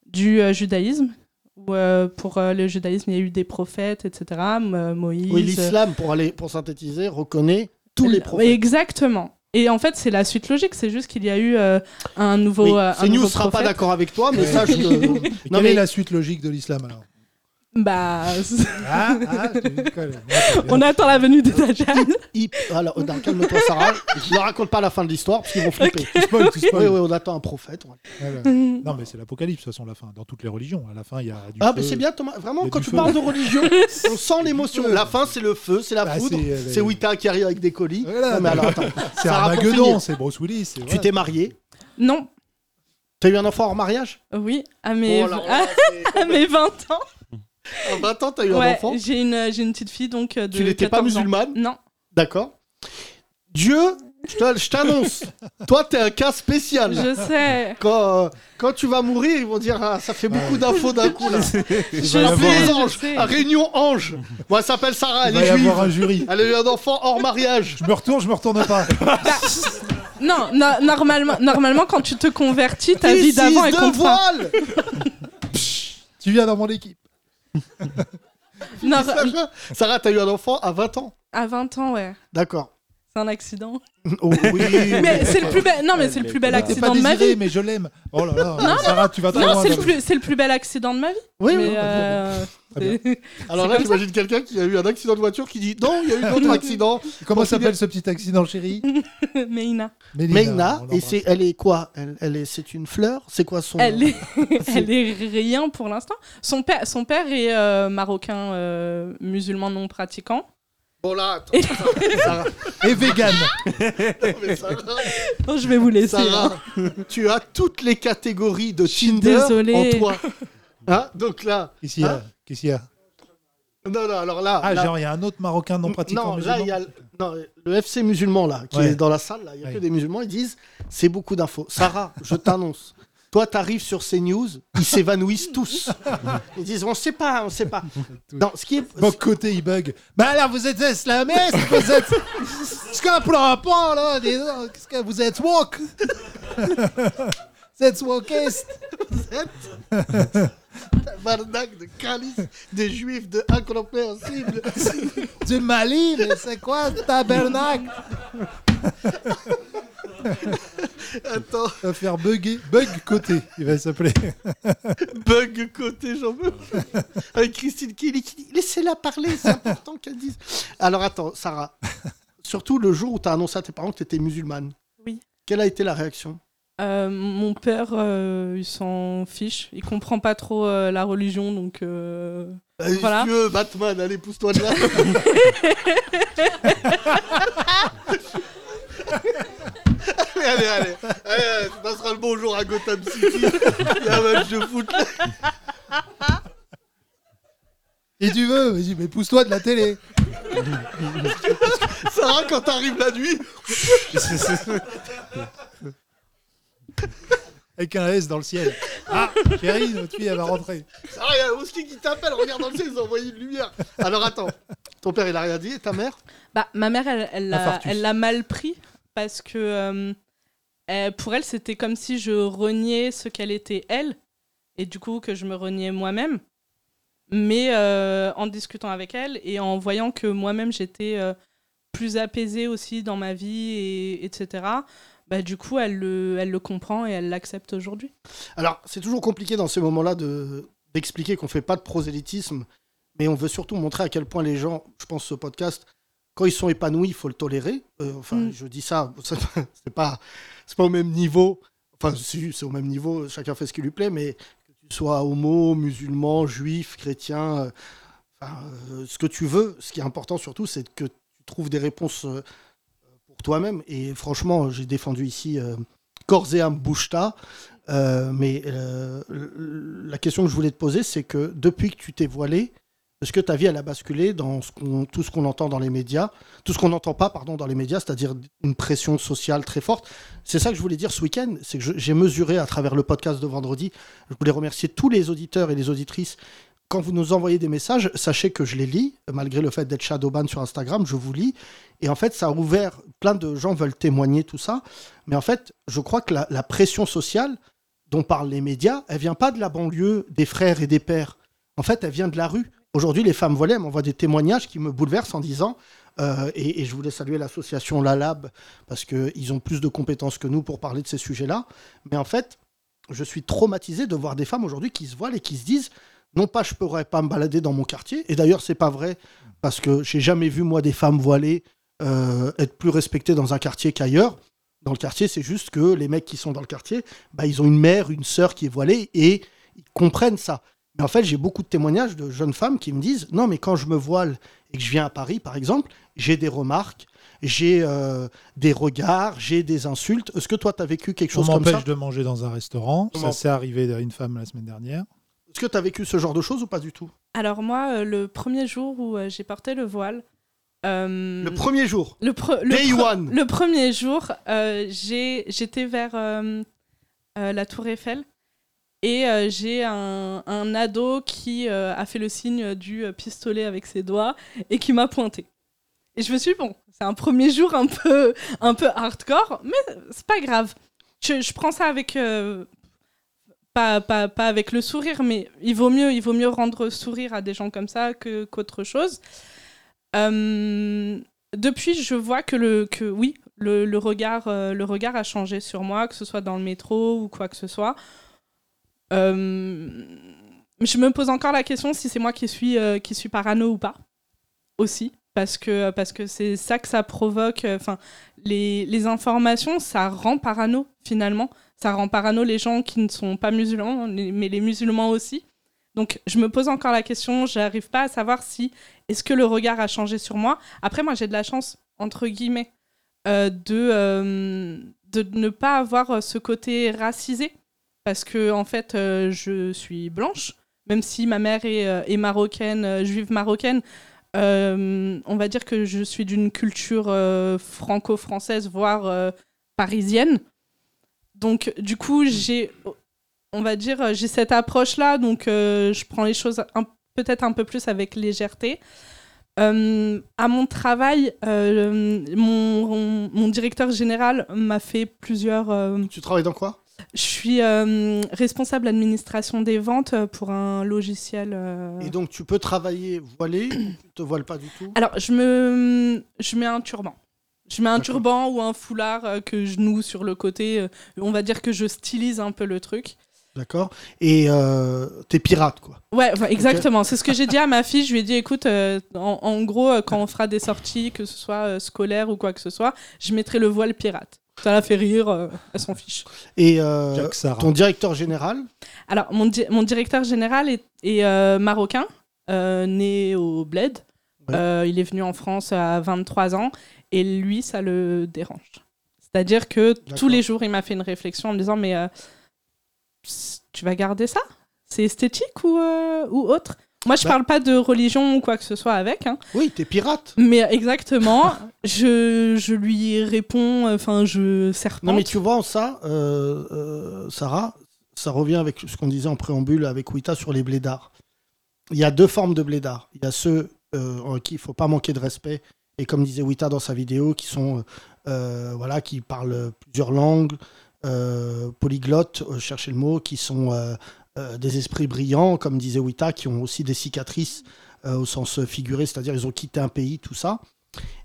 du euh, judaïsme. Où, euh, pour euh, le judaïsme, il y a eu des prophètes, etc. Mo- Moïse. Oui, l'islam, pour, aller- pour synthétiser, reconnaît tous euh, les prophètes. Exactement. Et en fait, c'est la suite logique. C'est juste qu'il y a eu euh, un nouveau. Oui, euh, un c'est News nouveau sera pas prophète. d'accord avec toi, mais ça, je te- Mais Non, quelle mais- est la suite logique de l'islam alors Bah. Ah, ah, tu décolles. On attend la venue des Dajjal. Il- Alors, Oda, calme-toi, Sarah. Je leur raconte pas la fin de l'histoire parce qu'ils vont flipper. Tu spoil, tu spoil. Oui, oui, on attend un prophète. ouais. Voilà. Mhm. Non, mais c'est l'apocalypse, de toute façon, la fin. Dans toutes les religions, à la fin, il y a du. Ah, feu. mais c'est bien, Thomas. Il y Vraiment, a quand du tu feu. parles de religion, on sent l'émotion. La fin, c'est le feu, c'est la Bah, foudre. c'est, euh, C'est Wita qui arrive avec des colis. Voilà. Non, mais alors, attends. C'est Sarah, pour Armageddon, finir, c'est Bruce Willis. c'est Tu vrai. t'es marié. Non. T'as eu un enfant hors mariage Oui, à mes, Oh là là, à- à mes 20 ans. À 20 ans, t'as eu un Ouais, enfant j'ai une, j'ai une petite fille donc euh, de Tu n'étais pas 14 ans. musulmane Non. D'accord. Dieu, je te- je t'annonce, toi, t'es un cas spécial. Je sais. Quand, euh, quand tu vas mourir, ils vont dire ah, ça fait beaucoup d'infos d'un coup là. Il Je va y avoir- les je anges, sais. à Ah, Réunion Ange. Moi, elle s'appelle Sarah, il va elle y est juive. avoir un jury. Elle a eu un enfant hors mariage. Je me retourne, je me retourne pas. Non, no- normalement, normalement, quand tu te convertis, ta vie This d'avant is est the contre. voile Tu viens dans mon équipe. Non, Sarah, t'as eu un enfant à 20 ans. à 20 ans, ouais. D'accord. C'est un accident. Oh, oui. Mais c'est le plus bel- non, mais c'est le plus bel T'es pas accident de ma désiré, vie. mais je l'aime. Oh là là, Non, non, Sarah, tu vas trop non, loin. c'est le, dans plus- c'est le plus bel accident de ma vie. Oui, Mais, oui, euh, c'est- Alors c'est là, comme ça. j'imagine quelqu'un qui a eu un accident de voiture qui dit non, il y a eu un autre accident. Comment Pour s'appelle finir- ce petit accident, chérie Meina. Mélina, Meina, et c'est, elle est quoi elle, elle est, C'est une fleur C'est quoi son. Elle est, elle est rien pour l'instant. Son père, son père est euh, marocain euh, musulman non pratiquant. Bon là, attends, Sarah, Et vegan. Non, mais Sarah, Oh, je vais vous laisser. Sarah, hein. tu as toutes les catégories de Tinder désolée. en toi. Hein Donc là. Qu'est-ce qu'il y a hein Qu'est-ce qu'il y a non, non, alors là. Ah, là- genre, il y a un autre Marocain non pratiquant. Non, là, il y a musulman le- non, le FC musulman, là, qui Ouais. est dans la salle, là, il n'y a Ouais. que des musulmans, ils disent c'est beaucoup d'infos. Sarah, je t'annonce. Toi, t'arrives sur CNews, ils s'évanouissent tous. Ils disent on sait pas, on sait pas. Non, ce qui est. Bon côté, il bug. Bah alors, vous êtes islamiste, vous êtes. Je comprends pas, là. dis donc, Qu'est-ce que vous êtes woke Vous êtes wokiste Barnac de calice des juifs de incompréhensible. du Mali, mais c'est quoi ce tabernacle Attends, Ça va faire bugger. Bug côté, il va s'appeler. bug côté, j'en veux. plus. Avec Christine Kelly qui dit laissez-la parler, c'est important qu'elle dise. Alors attends, Sarah, surtout le jour où t'as annoncé à tes parents que t'étais musulmane. Oui. Quelle a été la réaction Euh, mon père, euh, il s'en fiche. Il comprend pas trop euh, la religion, donc euh, Euh, voilà. si tu veux, Batman, allez, pousse-toi de là. allez, allez, allez. Allez, allez, Tu passeras le bonjour à Gotham City. Il y a un match de foot. là. Et tu veux Vas-y, mais pousse-toi de la télé. Sarah, quand t'arrives la nuit, Avec un S dans le ciel. Ah, chérie, notre fille, elle va rentrer. Sarah, Ah, il y a Oski qui t'appelle. Regarde dans le ciel, ils ont envoyé une lumière. Alors attends, ton père, il a rien dit. Et ta mère Bah, ma mère, elle- elle l'a Infarctus. elle l'a mal pris parce que euh, euh, pour elle, c'était comme si je reniais ce qu'elle était elle et du coup que je me reniais moi-même. Mais euh, en discutant avec elle et en voyant que moi-même j'étais euh, plus apaisée aussi dans ma vie, et, etc., bah, du coup, elle le, elle le comprend et elle l'accepte aujourd'hui. Alors, c'est toujours compliqué dans ces moments-là de- d'expliquer qu'on fait pas de prosélytisme, mais on veut surtout montrer à quel point les gens, je pense, ce podcast, quand ils sont épanouis, il faut le tolérer. Euh, enfin, Mm. je dis ça, c'est pas, c'est pas, c'est pas au même niveau. Enfin, si, c'est au même niveau, chacun fait ce qui lui plaît, mais que tu sois homo, musulman, juif, chrétien, euh, enfin, euh, ce que tu veux, ce qui est important surtout, c'est que tu trouves des réponses euh, pour toi-même. Et franchement, j'ai défendu ici euh, corps et âme Bouchta. Euh, mais euh, l- l- la question que je voulais te poser, c'est que depuis que tu t'es voilé, est-ce que ta vie elle a basculé dans ce qu'on- tout ce qu'on entend dans les médias, tout ce qu'on n'entend pas pardon dans les médias, c'est-à-dire une pression sociale très forte. C'est ça que je voulais dire ce week-end, c'est que je- j'ai mesuré à travers le podcast de vendredi. Je voulais remercier tous les auditeurs et les auditrices. Quand vous nous envoyez des messages, sachez que je les lis, malgré le fait d'être shadowban sur Instagram, je vous lis. Et en fait, ça a ouvert, plein de gens veulent témoigner tout ça. Mais en fait, je crois que la- la pression sociale, dont parlent les médias, elle vient pas de la banlieue, des frères et des pères. En fait, elle vient de la rue. Aujourd'hui, les femmes volées elles m'envoient des témoignages qui me bouleversent en disant, euh, et, et je voulais saluer l'association La Lab, parce qu'ils ont plus de compétences que nous pour parler de ces sujets-là, mais en fait, je suis traumatisé de voir des femmes aujourd'hui qui se voilent et qui se disent, non pas je pourrais pas me balader dans mon quartier, et d'ailleurs c'est pas vrai, parce que j'ai jamais vu moi des femmes voilées euh, être plus respectées dans un quartier qu'ailleurs. Dans le quartier, c'est juste que les mecs qui sont dans le quartier, bah, ils ont une mère, une sœur qui est voilée et ils comprennent ça. Mais en fait, j'ai beaucoup de témoignages de jeunes femmes qui me disent Non, mais quand je me voile et que je viens à Paris, par exemple, j'ai des remarques, j'ai euh, des regards, j'ai des insultes. Est-ce que toi, tu as vécu quelque On chose comme ça m'empêche de manger dans un restaurant. Comment Ça s'est arrivé à une femme la semaine dernière. Est-ce que tu as vécu ce genre de choses ou pas du tout Alors moi, euh, le premier jour où euh, j'ai porté le voile, euh, Le premier jour, le, pre- le Day pre- one. le premier jour, euh, j'ai- j'étais vers euh, euh, la Tour Eiffel et euh, j'ai un, un ado qui euh, a fait le signe du euh, pistolet avec ses doigts et qui m'a pointé. Et je me suis dit, bon, c'est un premier jour un peu, un peu hardcore, mais c'est pas grave. Je, je prends ça avec. euh, pas, pas, pas avec le sourire, mais il vaut mieux, il vaut mieux rendre sourire à des gens comme ça que- qu'autre chose. Euh, depuis, je vois que le que oui, le, le regard euh, le regard a changé sur moi, que ce soit dans le métro ou quoi que ce soit. Euh, je me pose encore la question si c'est moi qui suis euh, qui suis parano ou pas aussi parce que parce que c'est ça que ça provoque. euh, Enfin, les, les informations, ça rend parano finalement. Ça rend parano les gens qui ne sont pas musulmans, les- mais les musulmans aussi. Donc, je me pose encore la question. J'arrive pas à savoir si est-ce que le regard a changé sur moi. Après, moi, j'ai de la chance entre guillemets euh, de euh, de ne pas avoir euh, ce côté racisé parce que en fait, euh, je suis blanche, même si ma mère est, euh, est marocaine, euh, juive marocaine. Euh, on va dire que je suis d'une culture euh, franco-française, voire euh, parisienne. Donc, du coup, j'ai, on va dire, euh, j'ai cette approche-là. Donc, euh, je prends les choses un- peut-être un peu plus avec légèreté. Euh, à mon travail, euh, mon, mon- mon directeur général m'a fait plusieurs. euh, tu travailles dans quoi Je suis euh, responsable administration des ventes euh, pour un logiciel. euh, Et donc, tu peux travailler voilé, ou tu te voiles pas du tout. alors, je me, je mets un turban. Je mets un turban ou un foulard euh, que je noue sur le côté. euh, On va dire que je stylise un peu le truc. D'accord Et euh, t'es pirate, quoi. Ouais, ouais, Ok. exactement. C'est ce que j'ai dit à ma fille. Je lui ai dit, écoute, euh, en, en gros, euh, quand on fera des sorties, que ce soit euh, scolaire ou quoi que ce soit, je mettrai le voile pirate. Ça la fait rire, euh, elle s'en fiche. Et euh, Jacques Sarah. ton directeur général Alors, mon, di- mon directeur général est, est, euh, marocain, euh, né au Bled. Euh, il est venu en France à 23 ans et lui, ça le dérange. C'est-à-dire que tous les jours, il m'a fait une réflexion en me disant Mais euh, pss, tu vas garder ça C'est esthétique ou, euh, ou autre Moi, je parle pas de religion ou quoi que ce soit avec. hein. Oui, t'es pirate. Mais exactement, je, je lui réponds, enfin, je serpente. Non, mais tu vois, ça, euh, euh, Sarah, ça revient avec ce qu'on disait en préambule avec Wita sur les blédards. Il y a deux formes de blédards. Il y a ceux euh, en qui il faut pas manquer de respect, et comme disait Wita dans sa vidéo, qui sont euh, euh, voilà, qui parlent plusieurs langues, euh, polyglottes, euh, cherchez le mot, qui sont euh, euh, des esprits brillants, comme disait Wita, qui ont aussi des cicatrices euh, au sens figuré, c'est-à-dire ils ont quitté un pays, tout ça.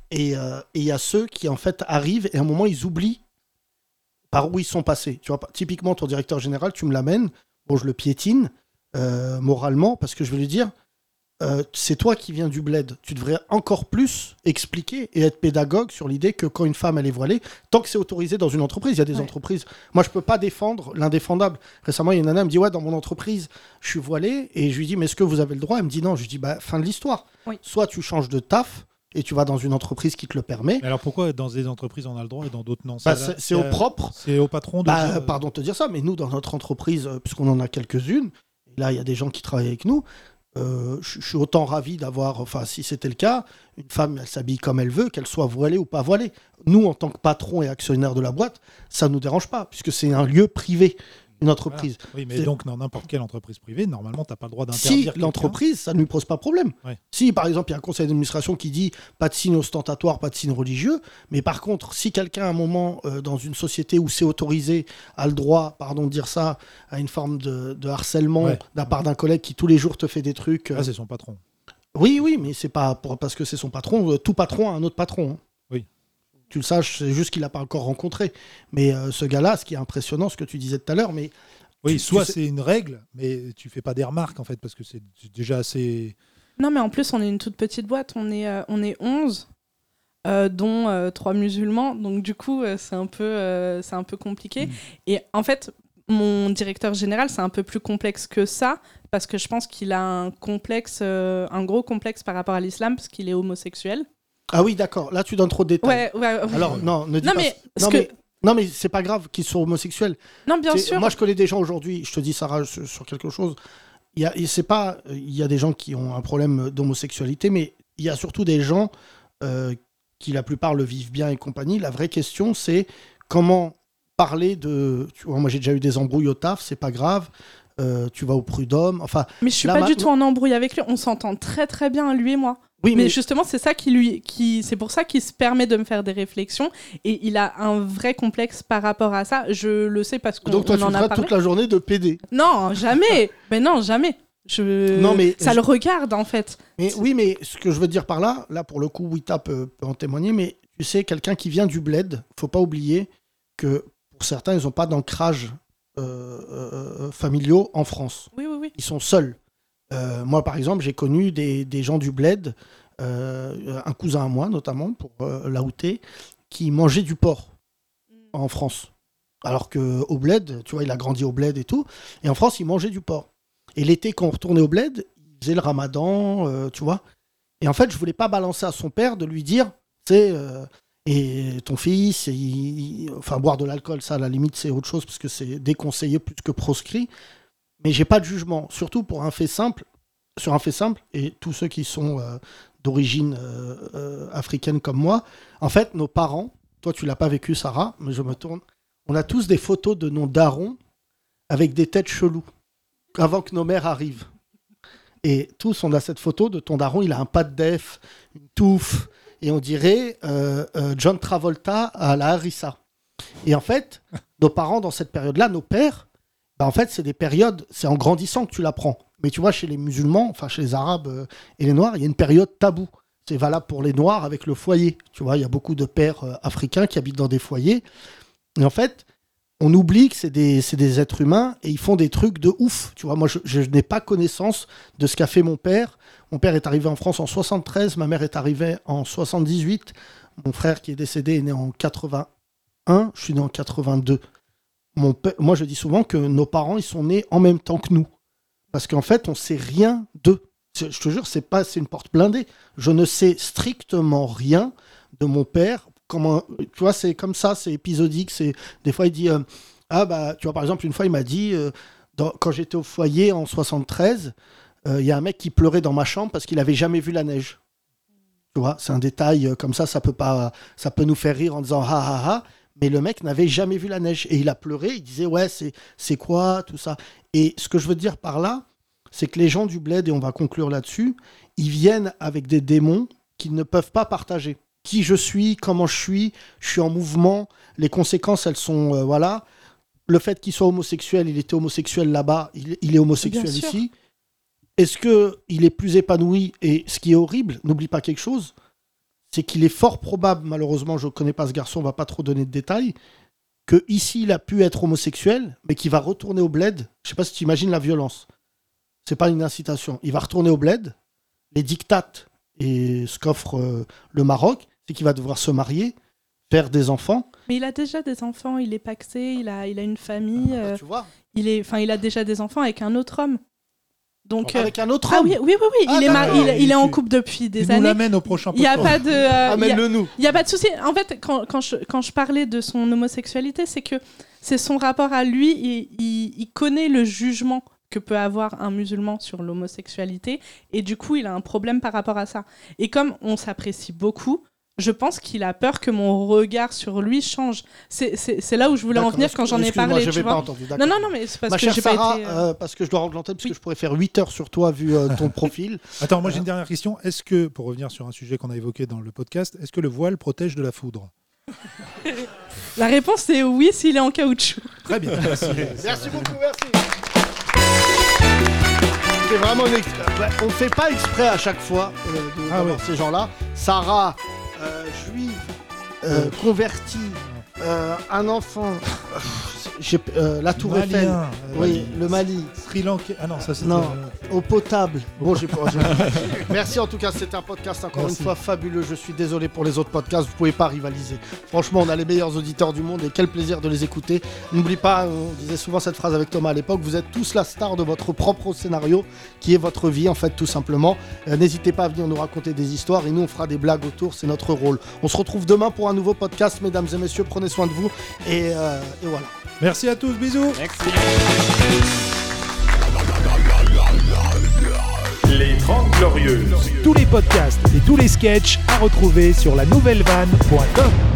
Et euh, et il y a ceux qui en fait arrivent et à un moment ils oublient par où ils sont passés. Tu vois, pas- typiquement, ton directeur général, tu me l'amènes, bon, je le piétine euh, moralement parce que je vais lui dire, euh, c'est toi qui viens du bled. Tu devrais encore plus expliquer et être pédagogue sur l'idée que quand une femme elle est voilée, tant que c'est autorisé dans une entreprise, il y a des entreprises. Moi, je peux pas défendre l'indéfendable. Récemment, il y a une nana elle me dit ouais, dans mon entreprise, je suis voilée et je lui dis mais est-ce que vous avez le droit Elle me dit non. Je lui dis bah fin de l'histoire. Soit tu changes de taf. Et tu vas dans une entreprise qui te le permet. alors pourquoi dans des entreprises on a le droit et dans d'autres non Ça, Bah, Euh, c'est là, c'est au propre. C'est au patron de. Bah, dire, euh, Pardon de te dire ça, mais nous, dans notre entreprise, euh, puisqu'on en a quelques-unes, et là, il y a des gens qui travaillent avec nous, euh, je je suis autant ravi d'avoir, enfin, si c'était le cas, une femme, elle s'habille comme elle veut, qu'elle soit voilée ou pas voilée. Nous, en tant que patron et actionnaire de la boîte, ça nous dérange pas, puisque c'est un lieu privé, une voilà. entreprise. Oui, mais C'est- donc dans n'importe quelle entreprise privée, normalement, t'as pas le droit si d'interdire. l'entreprise, ça ne lui pose pas problème. Ouais. Si, par exemple, il y a un conseil d'administration qui dit pas de signe ostentatoire, pas de signe religieux, mais par contre, si quelqu'un, à un moment, euh, dans une société où c'est autorisé, a le droit, pardon de dire ça, à une forme de, de harcèlement Ouais. de la part d'un collègue qui, tous les jours, te fait des trucs. euh, Ah, c'est son patron. Oui, oui, mais c'est pas pour- parce que c'est son patron. euh, Tout patron a un autre patron. hein. Oui. Tu le saches, c'est juste qu'il l'a pas encore rencontré. Mais euh, ce gars-là, ce qui est impressionnant, ce que tu disais tout à l'heure, mais. Oui, tu- tu soit sais- c'est une règle, mais tu fais pas des remarques en fait parce que c'est c'est déjà assez. Non, mais en plus, on est une toute petite boîte. On est, euh, on est 11, euh, dont 3 musulmans. Donc, du coup, euh, c'est un, peu, euh, c'est un peu compliqué. Et en fait, mon directeur général, c'est un peu plus complexe que ça, parce que je pense qu'il a un complexe, euh, un gros complexe par rapport à l'islam, parce qu'il est homosexuel. Ah oui, d'accord. Là, tu donnes trop de détails. Ouais, ouais, ouais. Alors, non, ne dis Non, pas mais ça. ce non, que- mais, non, mais c'est pas grave qu'ils soient homosexuels. Non, bien C'est- sûr. Moi, je connais des gens aujourd'hui, je te dis, Sarah, sur, sur quelque chose. Il y a, et c'est pas, il y a des gens qui ont un problème d'homosexualité, mais il y a surtout des gens euh, qui, la plupart, le vivent bien et compagnie. La vraie question, c'est comment parler de. Tu vois, moi, j'ai déjà eu des embrouilles au taf, c'est pas grave. euh, tu vas au prud'homme. Enfin, Mais je suis là, pas du maintenant- tout en embrouille avec lui. On s'entend très très bien lui et moi. Oui, mais, mais- justement, c'est ça qui lui, qui, c'est pour ça qu'il se permet de me faire des réflexions et il a un vrai complexe par rapport à ça. Je le sais parce qu'on Donc, toi, on tu en a feras parlé. toute la journée de PD. Non, jamais. mais non, jamais. Je... Non, mais- ça le regarde en fait. Mais oui, mais ce que je veux dire par là, là pour le coup, Wita peut, peut en témoigner, mais tu sais, quelqu'un qui vient du bled, faut pas oublier que pour certains, ils n'ont pas d'ancrage euh, euh, euh, familiaux en France. Oui, oui, oui. Ils sont seuls. Euh, moi, par exemple, j'ai connu des, des gens du bled, euh, un cousin à moi notamment, pour euh, l'outer, qui mangeait du porc en France. Alors que au bled, tu vois, il a grandi au bled et tout. Et en France, il mangeait du porc. Et l'été, quand on retournait au bled, il faisait le ramadan, euh, tu vois. Et en fait, je voulais pas balancer à son père de lui dire, tu sais, euh, et ton fils, il- il- enfin, boire de l'alcool, ça, à la limite, c'est autre chose, parce que c'est déconseillé plus que proscrit. Mais j'ai pas de jugement, surtout pour un fait simple, sur un fait simple, et tous ceux qui sont euh, d'origine euh, euh, africaine comme moi. En fait, nos parents, toi, tu l'as pas vécu, Sarah, mais je me tourne. On a tous des photos de nos darons avec des têtes cheloues avant que nos mères arrivent. Et tous, on a cette photo de ton daron, il a un pas de def, une touffe, et on dirait euh, euh, John Travolta à la Harissa. Et en fait, nos parents dans cette période-là, nos pères, bah en fait, c'est des périodes, c'est en grandissant que tu l'apprends. Mais tu vois, chez les musulmans, enfin chez les arabes euh, et les noirs, il y a une période taboue. C'est valable pour les noirs avec le foyer. Tu vois, il y a beaucoup de pères euh, africains qui habitent dans des foyers. Et en fait, on oublie que c'est des, c'est des êtres humains et ils font des trucs de ouf. Tu vois, moi, je, je n'ai pas connaissance de ce qu'a fait mon père. Mon père est arrivé en France en 73, ma mère est arrivée en 78, mon frère qui est décédé est né en 81, je suis né en 82. Mon pa- moi, je dis souvent que nos parents, ils sont nés en même temps que nous. Parce qu'en fait, on sait rien d'eux. C'est- Je te jure, c'est pas, c'est une porte blindée. Je ne sais strictement rien de mon père. Comment, tu vois, c'est comme ça, c'est épisodique. C'est des fois il dit, euh, ah bah, tu vois, par exemple, une fois il m'a dit, euh, dans- quand j'étais au foyer en 73, euh, il y a un mec qui pleurait dans ma chambre parce qu'il avait jamais vu la neige. Tu vois, c'est un détail euh, comme ça, ça peut pas, ça peut nous faire rire en disant ha ha ha. Mais le mec n'avait jamais vu la neige et il a pleuré. Il disait ouais, c'est c'est quoi tout ça. Et ce que je veux dire par là, c'est que les gens du bled et on va conclure là-dessus, ils viennent avec des démons qu'ils ne peuvent pas partager. Qui je suis, comment je suis, je suis en mouvement. Les conséquences, elles sont euh, voilà. Le fait qu'il soit homosexuel, il était homosexuel là-bas, il, il est homosexuel Bien sûr. ici. Est-ce que il est plus épanoui Et ce qui est horrible, n'oublie pas quelque chose, c'est qu'il est fort probable, malheureusement, je ne connais pas ce garçon, on va pas trop donner de détails, que ici il a pu être homosexuel, mais qu'il va retourner au bled. Je sais pas si tu imagines la violence. C'est pas une incitation. Il va retourner au bled. Les dictates et ce qu'offre euh, le Maroc, c'est qu'il va devoir se marier, faire des enfants. Mais il a déjà des enfants, il est paxé, il a, il a une famille. Ah, euh, il, est, enfin, il a déjà des enfants avec un autre homme. Donc, Avec un autre Ah homme oui, oui, oui, oui, Ah, il, est mar- d'accord. il, il est en couple depuis des Il nous années. l'amène au prochain Il n'y a pas podcast. de. euh, Ah, Amène-le il y a- Il n'y a pas de souci. En fait, quand, quand je, quand je parlais de son homosexualité, c'est que c'est son rapport à lui. Il, il- il connaît le jugement que peut avoir un musulman sur l'homosexualité. Et du coup, il a un problème par rapport à ça. Et comme on s'apprécie beaucoup. Je pense qu'il a peur que mon regard sur lui change. C'est- C'est c'est là où je voulais en D'accord, venir quand j'en ai excuse-moi, parlé. j'avais tu pas vois. entendu, non, d'accord. non, non, mais c'est parce Ma que chère j'ai pas Sarah, été. euh, euh, parce que je dois rendre l'antenne, parce que je pourrais faire 8 heures sur toi vu euh, ton profil. Attends, moi j'ai une dernière question. Est-ce que, pour revenir sur un sujet qu'on a évoqué dans le podcast, est-ce que le voile protège de la foudre La réponse est oui s'il est en caoutchouc. Très bien. Merci beaucoup, merci. C'est vraiment une ex- euh, ouais, On fait pas exprès à chaque fois euh, de- Ah d'avoir ces gens-là. Sarah, euh, juive, euh, convertie, euh, un enfant. J'ai- euh, la Tour Malien, Eiffel, euh, oui, Mali. le Mali, Sri Lanka. Ah non, ça c'est. non, au potable. Bon, j'ai pas. Merci en tout cas, c'était un podcast encore Encore une une fois. fois, fabuleux. Je suis désolé pour les autres podcasts. Vous pouvez pas rivaliser. Franchement, on a les meilleurs auditeurs du monde et quel plaisir de les écouter. N'oublie pas, on disait souvent cette phrase avec Thomas à l'époque. Vous êtes tous la star de votre propre scénario, qui est votre vie en fait, tout simplement. Euh, N'hésitez pas à venir nous raconter des histoires et nous on fera des blagues autour. C'est notre rôle. On se retrouve demain pour un nouveau podcast, mesdames et messieurs. Prenez soin de vous et, euh, et voilà. Merci à tous, bisous. Les 30 Glorieuses. Tous les podcasts et tous les sketchs à retrouver sur la nouvelle vanne.com.